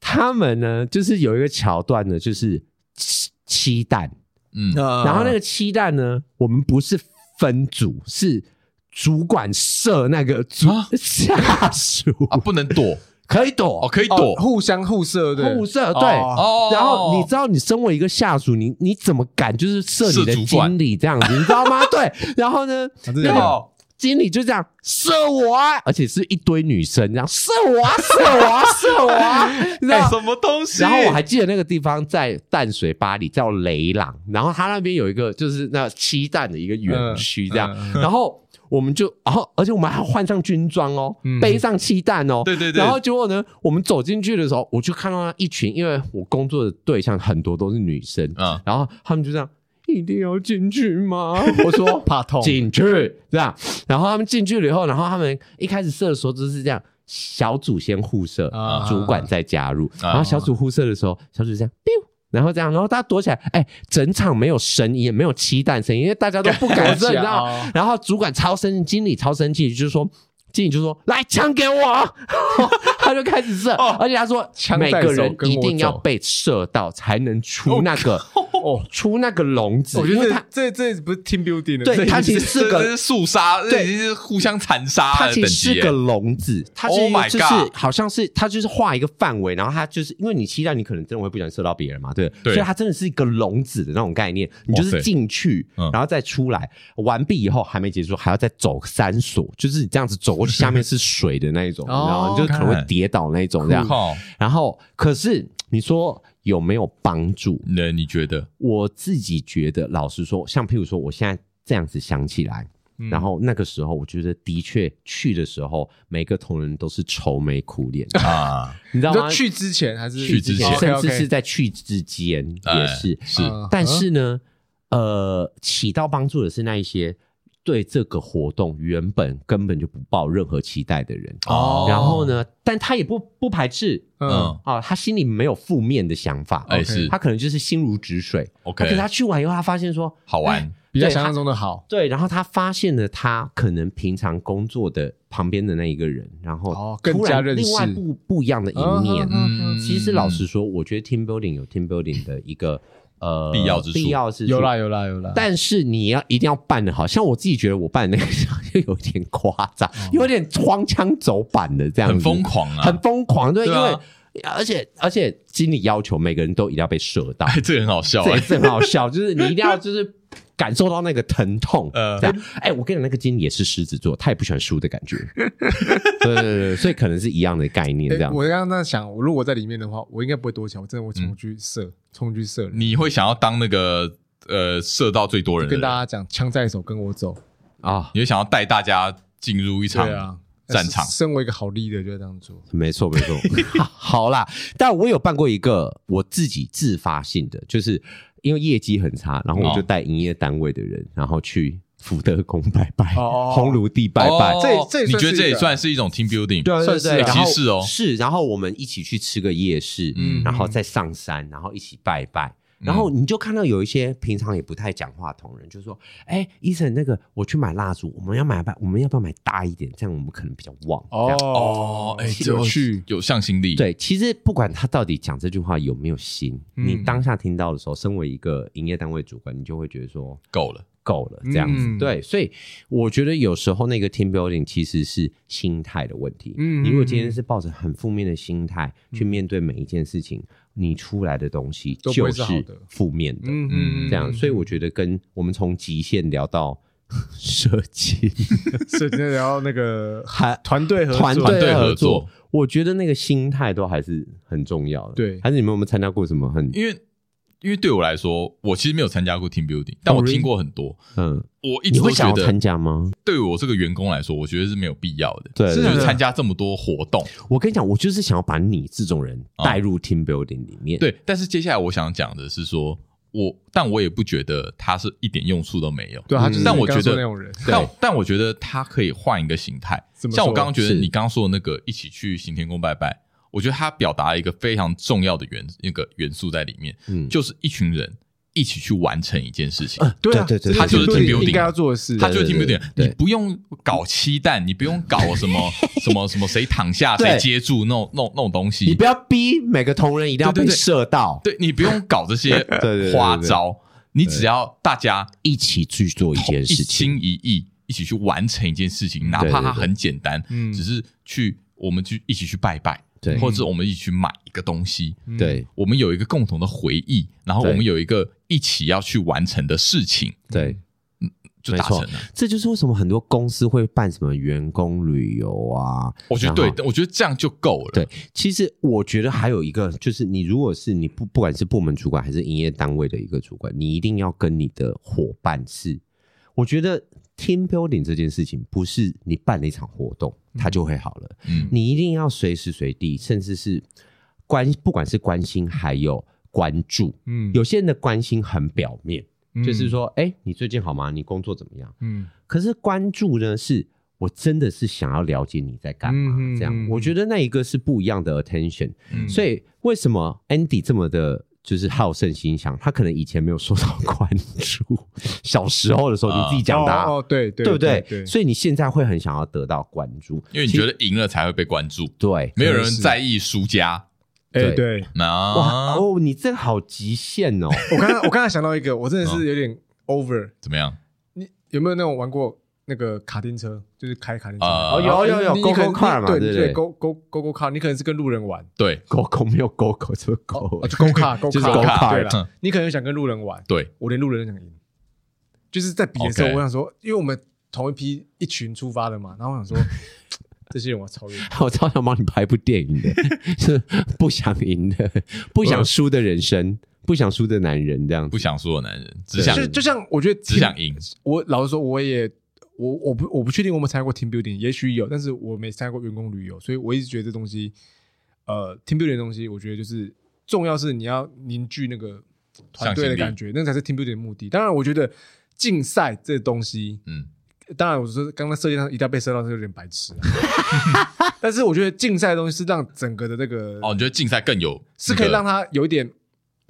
S3: 他们呢就是有一个桥段呢，就是七七蛋。
S2: 嗯，
S1: 啊
S3: 然后那个鸡蛋呢，我们不是分组，是主管设那个组、
S2: 啊
S3: 下属、
S2: 啊，不能躲
S3: 可以躲，
S2: 哦，可以
S1: 哦
S2: 躲
S1: 互相互射对，
S3: 互射
S1: 哦
S3: 对。
S2: 哦。
S3: 然后你知道，你身为一个下属，你你怎么敢就是设你的
S2: 设主管
S3: 经理这样子，你知道吗？对，然后呢，
S1: 啊真的
S3: 那
S1: 假
S3: 个
S1: 的
S3: 经理就这样射我啊，而且是一堆女生这样射我啊，射我啊，射我啊， 你知道
S2: 哎
S3: 吗
S2: 什么东西？
S3: 然后我还记得那个地方在淡水巴黎叫雷朗，然后他那边有一个就是那七蛋的一个园区这样，
S1: 嗯嗯
S3: 然后我们就，然后而且我们还换上军装哦，
S1: 嗯
S3: 背上七蛋哦，
S2: 对对对
S3: 然后结果呢，我们走进去的时候，我就看到那一群，因为我工作的对象很多都是女生，
S2: 嗯
S3: 然后他们就这样。一定要进去吗？ 我说
S1: 怕痛
S3: 进去这样，然后他们进去了以后，然后他们一开始射的时候就是这样，小组先互射，
S1: 啊
S3: 主管再加入，
S2: 啊
S3: 然后小组互射的时候，小组这样 biu，然后这样，然后大家躲起来，哎，整场没有声音，也没有期待声音，因为大家都不敢
S1: 躲
S3: 射，
S1: 起
S3: 你
S1: 来
S3: 知道
S1: 哦
S3: 吗？然后主管超生气，经理超生气，就是说。经理就说：“来枪给我！” 他就开始射，而且他说
S1: 哦枪
S3: 每
S1: 在手
S3: 个人
S1: 跟我
S3: 一定要
S1: 走
S3: 被射到才能出那个
S1: 哦
S3: 出那个笼子，
S1: 我觉
S3: 因为他
S1: 得这这这不是 team building 的，
S3: 对
S1: 这
S3: 他其实
S2: 这
S3: 是个
S2: 这是肃杀，这
S3: 对
S2: 已经是互相残杀
S3: 它
S2: 的
S3: 其
S2: 等
S3: 实
S2: 级
S3: 是
S2: 耶。
S3: 个笼子，它是
S2: Oh my
S3: 就是
S2: God
S3: 好像是它就是画一个范围，然后它就是因为你期待你可能真的会不小心射到别人嘛，对，
S2: 对
S3: 所以它真的是一个笼子的那种概念，你就
S2: 哇塞
S3: 是进去
S2: 嗯，
S3: 然后再出来，完毕以后还没结束，还要再走三索，就是你这样子走过去，下面是水的那一种，
S1: 哦
S3: 然后你就是可能会跌倒那一种这样，
S2: 靠，
S3: 然后可是你说有没有帮助？
S2: 那你觉得？
S3: 我自己觉得，老实说，像譬如说，我现在这样子想起来，
S1: 嗯
S3: 然后那个时候，我觉得的确去的时候，每个同仁都是愁眉苦脸，
S2: 啊，
S3: 你知道
S1: 你
S3: 吗？
S1: 说去之前还是
S2: 去之前
S3: 甚
S1: OK，OK
S3: 至是在去之间
S2: 哎
S3: 也是，
S2: 是
S1: 嗯
S3: 但是呢，呃，起到帮助的是那一些对这个活动原本根本就不抱任何期待的人。
S1: 嗯
S2: 哦
S3: 然后呢，但他也不不排斥
S2: 嗯，
S3: 啊，他心里没有负面的想法，
S2: 哎
S1: OK
S2: 是
S3: 他可能就是心如止水。
S2: OK
S3: 可是他去完以后，他发现说
S2: 好玩
S3: 哎
S1: 比较
S3: 对
S1: 想象
S3: 他
S1: 中的好，
S3: 对，然后他发现了他可能平常工作的旁边的那一个人，然后
S1: 哦
S3: 突
S1: 更加
S3: 然
S1: 认识
S3: 另外不不一样的一面。
S1: 嗯嗯
S2: 嗯
S3: 其实老实说，我觉得 team building 有 team building 的一个呃
S2: 必要之处
S3: 必要之处
S1: 有啦有啦有啦，
S3: 但是你要一定要办的好，像我自己觉得我办的那个就有点夸张，
S1: 哦
S3: 有点荒腔走板的这样子，
S2: 很疯狂啊，
S3: 很疯狂，对，
S2: 对啊
S3: 因为。而且而且，经理要求每个人都一定要被射 到，
S2: 哎，这个很好笑
S3: 这也
S2: 哎，
S3: 是很好笑，就是你一定要就是感受到那个疼痛。
S2: 呃
S3: 这样，哎、我跟你讲，那个经理也是狮子座，他也不喜欢输的感觉。对对对，所以可能是一样的概念这
S1: 诶
S3: 样。
S1: 我刚刚在想，我如果在里面的话，我应该不会多想，我真的会冲去射，冲去射人。
S2: 你会想要当那个呃射到最多人的
S1: 跟大
S2: 人，
S1: 家讲，枪在手，跟我走。
S3: 啊、
S2: 你会想要带大家进入一场
S1: 对啊，
S2: 战场
S1: 身身为一个好 leader 就要这样做。
S3: 没错没错。好啦，但我有办过一个我自己自发性的，就是因为业绩很差，然后我就
S2: 哦
S3: 带营业单位的人，然后去福德宫拜拜，
S1: 哦
S3: 烘炉地拜拜。
S2: 哦
S1: 这这也
S2: 你
S1: 算
S2: 觉
S1: 是
S2: 得这
S1: 一
S2: 也
S1: 个
S2: 算是一种 team building？
S3: 对对
S1: 算是啊
S3: 对，然后
S2: 其实是哦
S3: 是，然后我们一起去吃个夜市，
S2: 嗯
S3: 然后再上山，然后一起拜拜。然后你就看到有一些平常也不太讲话的同仁，就说：“哎、医生，那个我去买蜡烛，我们要买吧，我们要不要买大一点？这样我们可能比较旺。”这样
S2: 哦，哎，这
S1: 有趣，
S2: 有向心力，，
S3: 对，其实不管他到底讲这句话有没有心，
S2: 嗯
S3: 你当下听到的时候，身为一个营业单位主管，你就会觉得说
S2: 够了，
S3: 够了这样子。
S1: 嗯
S3: 对，所以我觉得有时候那个 team building 其实是心态的问题。
S1: 嗯
S3: 你如果今天是抱着很负面的心态去面对每一件事情，你出来的东西
S1: 都不
S3: 就
S1: 会是好
S3: 是
S1: 的
S3: 负面的。
S2: 嗯
S3: 这样，所以我觉得跟我们从极限聊到设计，
S1: 是然聊那个
S3: 还
S1: 团队合作
S3: 团
S2: 团队
S3: 队
S2: 合
S3: 合
S2: 作
S3: 作，我觉得那个心态都还是很重要的。
S1: 对
S3: 还是你们有没有参加过什么很
S2: 因为因为对我来说，我其实没有参加过 team building，但我听过很多，
S3: 嗯？
S2: 我一直
S3: 哦你
S2: 都
S3: 会想
S2: 觉
S3: 要参
S2: 得，
S3: 加吗？
S2: 对我这个员工来说，我觉得是没有必要的，
S3: 对
S1: 是
S2: 就
S1: 啊
S2: 是参加这么多活动，
S3: 我跟你讲，我就是想要把你这种人带入 team building 里面。，
S2: 对。但是接下来我想讲的是说，我但我也不觉得它是一点用处都没有，
S1: 对啊，他就是
S2: 但我
S1: 你刚刚
S2: 觉
S1: 说
S2: 得
S1: 那种人，
S2: 但但我觉得他可以换一个形态，
S1: 怎么
S2: 像我
S1: 说
S2: 刚刚觉得
S3: 是
S2: 你刚刚说的那个一起去行天宫拜拜，我觉得他表达了一个非常重要的元那个元素在里面，
S3: 嗯，
S2: 就是一群人一起去完成一件事情，
S1: 对啊，
S3: 对对对
S1: 这
S2: 他就是
S1: 对
S2: team
S1: 你
S2: building
S1: 应该要做的事，
S2: 他就听不懂，
S3: 嗯对
S2: 你不用搞期待，你不用搞什 么什么什么谁躺下谁
S3: 对
S2: 接住那种那种那种东
S3: 你
S2: 西
S3: 不，要逼每个同仁一定要
S2: 对对
S3: 被
S2: 对
S3: 射到，
S2: 对你不用搞这些
S3: 对对
S2: 花
S3: 对对
S2: 招，你只要大家
S3: 一起去做一件
S2: 一
S3: 事情。
S2: 心一意一起去完成一件事情，哪
S3: 对
S2: 怕
S3: 对
S2: 它
S3: 对
S2: 很简单，
S1: 嗯
S2: 只是去我们去一起去拜拜，
S3: 对
S2: 或者是我们一起去买一个东西，
S1: 嗯
S3: 对
S2: 我们有一个共同的回忆，然后我
S3: 对
S2: 们有一个一起要去完成的事情，
S3: 对，
S2: 就达成了。
S3: 这就是为什么很多公司会办什么员工旅游啊，
S2: 我觉得
S3: 然后
S2: 对，我觉得这样就够了。
S3: 对，其实我觉得还有一个，就是你如果是你不不管是部门主管还是营业单位的一个主管，你一定要跟你的伙伴是，我觉得 team building 这件事情不是你办了一场活动它就会好了，
S2: 嗯
S3: 你一定要随时随地，甚至是关不管是关心还有关注，
S1: 嗯
S3: 有些人的关心很表面，
S1: 有
S3: 就是，说，哎、你最近好吗？你工作怎么样？
S1: 嗯
S3: 可是关注呢，是我真的是想要了解你在干嘛，
S1: 嗯嗯嗯
S3: 这样，我觉得那一个是不一样的 attention。
S2: 嗯
S3: 所以为什么 Andy 这么的，就是好胜心强？他可能以前没有受到关注， 小时候的时候
S2: 啊
S3: 你自己讲的、啊。
S1: 哦哦，对对
S3: 对不对
S1: 对，
S3: 所以你现在会很想要得到关注，
S2: 因为你
S3: 其
S2: 觉
S3: 实
S2: 得赢了才会被关注，
S3: 对，
S2: 没有人
S1: 可能是
S2: 在意输
S1: 哎
S2: 家。
S3: 对
S1: 对，
S3: 啊哇
S2: 那
S3: 哦，你这个好极限哦！
S1: 我刚刚我刚刚想到一个，我真的是有点 over，
S2: 怎么样？
S1: 你有没有那种玩过那个卡丁车，就是开卡丁车？
S2: 啊
S1: 然后
S3: 哦有有有
S1: 你你可能
S3: Go-Go car 嘛
S1: 对
S3: 对不对
S1: 对，Go Go Go Go car，你可能是跟路人 玩，
S2: 对
S3: 狗狗没有狗狗，这个狗
S1: 啊，就 Go car Go
S3: 就是
S1: car，
S2: go-kart，
S1: 对了
S2: 嗯，
S1: 你可能想跟路人玩，
S2: 对，
S1: 我连路人都想赢，就是在比的时候，
S2: OK
S1: 我想说，因为我们同一批一群出发的嘛，然后 我想说，这些人我要超越，
S3: 我超想帮你拍部电影的， 是不想赢的， 不想输的人生，不想输的男人这样
S2: 不
S3: 子。
S2: 想输的男人，只
S3: 对
S2: 想
S1: 就就像我觉得
S2: 只想赢。
S1: 我老实说，我也我我不我不确定我们参加过 team building，也许有，但是我没参加过员工旅游，所以我一直觉得这东西，呃，team building 的东西，我觉得就是重要是你要凝聚那个团队的感觉，那才是 team building 的目的。当然，我觉得竞赛这东西，
S2: 嗯，
S1: 当然我说刚刚设计上一定要被射到，是有点白痴、啊。 但是我觉得竞赛的东西是让整个的那个
S2: 哦，你觉得竞赛更有
S1: 是可
S2: 那
S1: 以
S2: 个
S1: 让它有一点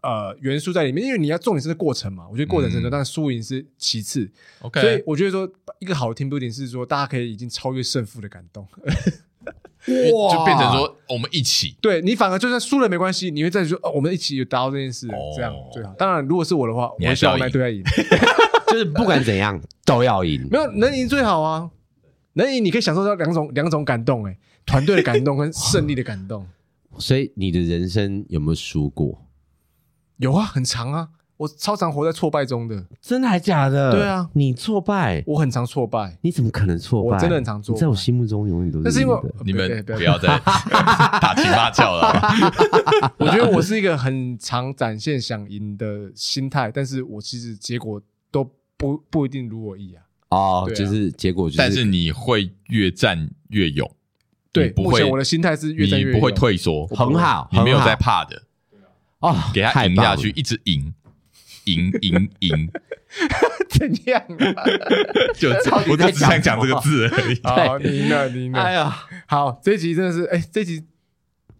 S1: 呃元素在里面，因为你要重点是过程嘛。我觉得过程是很重要，
S2: 嗯
S1: 但输赢是其次。
S2: OK，
S1: 所以我觉得说，一个好的 team building 是说，大家可以已经超越胜负的感动。
S3: 哇
S2: 就变成说我们一起
S1: 对你反而就算输了没关系，你会再说哦，我们一起有达到这件事，
S2: 哦
S1: 这样最好。当然，如果是我的话，
S2: 你
S1: 我
S2: 还
S1: 会
S2: 是要
S1: 希望那
S2: 赢
S1: 队要赢，
S3: 就是不管怎样 都要赢
S1: 没。 有能赢最好啊。能赢你可以享受到两种两种感动、欸，团队的感动跟胜利的感动。
S3: 所以你的人生有没有输过？
S1: 有啊，很长啊，我超常活在挫败中的，
S3: 真的还假的？
S1: 对啊
S3: 你挫败，
S1: 我很常挫败。
S3: 你怎么可能挫败？
S1: 我真的很常挫败
S3: 你在我心目中永远都是赢的。
S1: 但是因为
S2: 你们
S1: 哦不要
S2: 不要再打情骂俏了。
S1: 我觉得我是一个很常展现想赢的心态，但是我其实结果都不不一定如我意啊。
S3: 哦，
S1: 对啊
S3: 就是结果就是，
S2: 但是你会越战越勇，
S1: 对
S2: 你，不
S1: 目前
S2: 会
S1: 我的心态是越战
S2: 你
S1: 越
S2: 不会
S1: 勇，
S2: 退缩，
S3: 很好，
S2: 你没有
S3: 很好
S2: 在怕的，
S3: 哦，
S2: 给他
S3: 太
S2: 赢
S3: 棒
S2: 下
S3: 了
S2: 去，一直赢，赢赢赢，
S1: 怎样啊？
S2: 就
S3: 到底
S2: 我就
S3: 在
S2: 只想讲
S3: 讲
S2: 这
S3: 什
S2: 个
S3: 么
S2: 字而已。
S1: 好，你赢了，你赢
S3: 哎
S1: 了。
S3: 呀，
S1: 好，这一集真的是，哎，这一集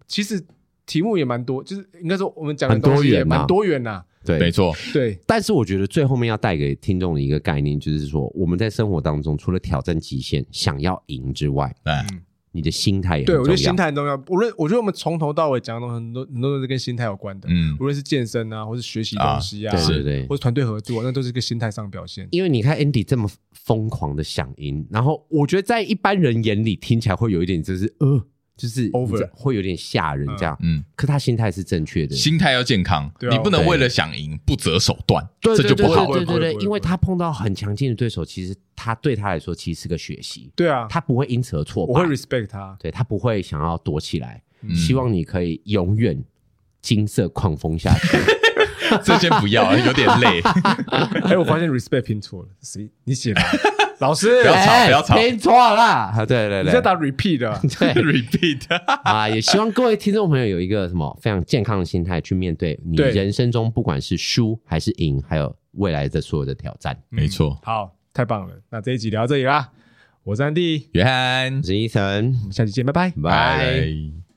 S1: 其实题目也蛮多，就是应该说我们讲的
S3: 很多
S1: 东西也
S3: 元呐
S1: 蛮多元呐。啊
S3: 对，
S2: 没错，
S1: 对，嗯
S3: 但是我觉得最后面要带给听众的一个概念，就是说我们在生活当中，除了挑战极限、想要赢之外，
S2: 哎，
S3: 你的心态也很
S1: 对，我觉得
S3: 重要
S1: 心。态很重要。无论我觉得我们从头到尾讲的东西，很多很多都是跟心态有关的，
S2: 嗯
S1: 无论是健身啊，或是学习东西啊，
S3: 对
S2: 是
S3: 对对，
S1: 或是团队合作啊，那都是一个心态上的表现。
S3: 因为你看 Andy 这么疯狂的想赢，然后我觉得在一般人眼里听起来会有一点就是呃，就是
S1: Over
S3: 你知道会有点吓人这样。
S2: 嗯，
S3: 可他心态是正确的，
S2: 心态要健康，
S1: 对啊
S2: 你不能
S3: 对
S2: 为了想赢不择手段，
S3: 对
S2: 这
S3: 对
S2: 就
S3: 对
S2: 不好。
S3: 对
S1: 不会
S3: 对对
S1: 不会
S3: 对，因为他碰到很强劲的对手，其实他对他来说其实是个学习，
S1: 对啊，
S3: 他不会因此而挫败。
S1: 我会 respect 他。
S3: 对他不会想要躲起来，
S2: 嗯
S3: 希望你可以永远金色狂风下去。
S2: 这先不要，有点累。
S1: 哎，我发现 respect 拼错了，谁你写 的啊？老师
S2: 不，要吵
S3: 哎
S2: 不要吵
S3: 没错啦，啊对对
S1: 你在
S3: 对，
S1: 打 repeat 的啊
S3: 对
S2: Repeat，
S3: 啊，也希望各位听众朋友有一个什么非常健康的心态去面对你
S1: 对
S3: 人生中不管是输还是赢，还有未来的所有的挑战。
S2: 没错。
S1: 好，太棒了。那这一集聊到这里啦，我是安迪，
S2: 约翰
S3: 我，是伊森
S1: 我，们下期见，拜拜。
S3: 拜。
S2: 拜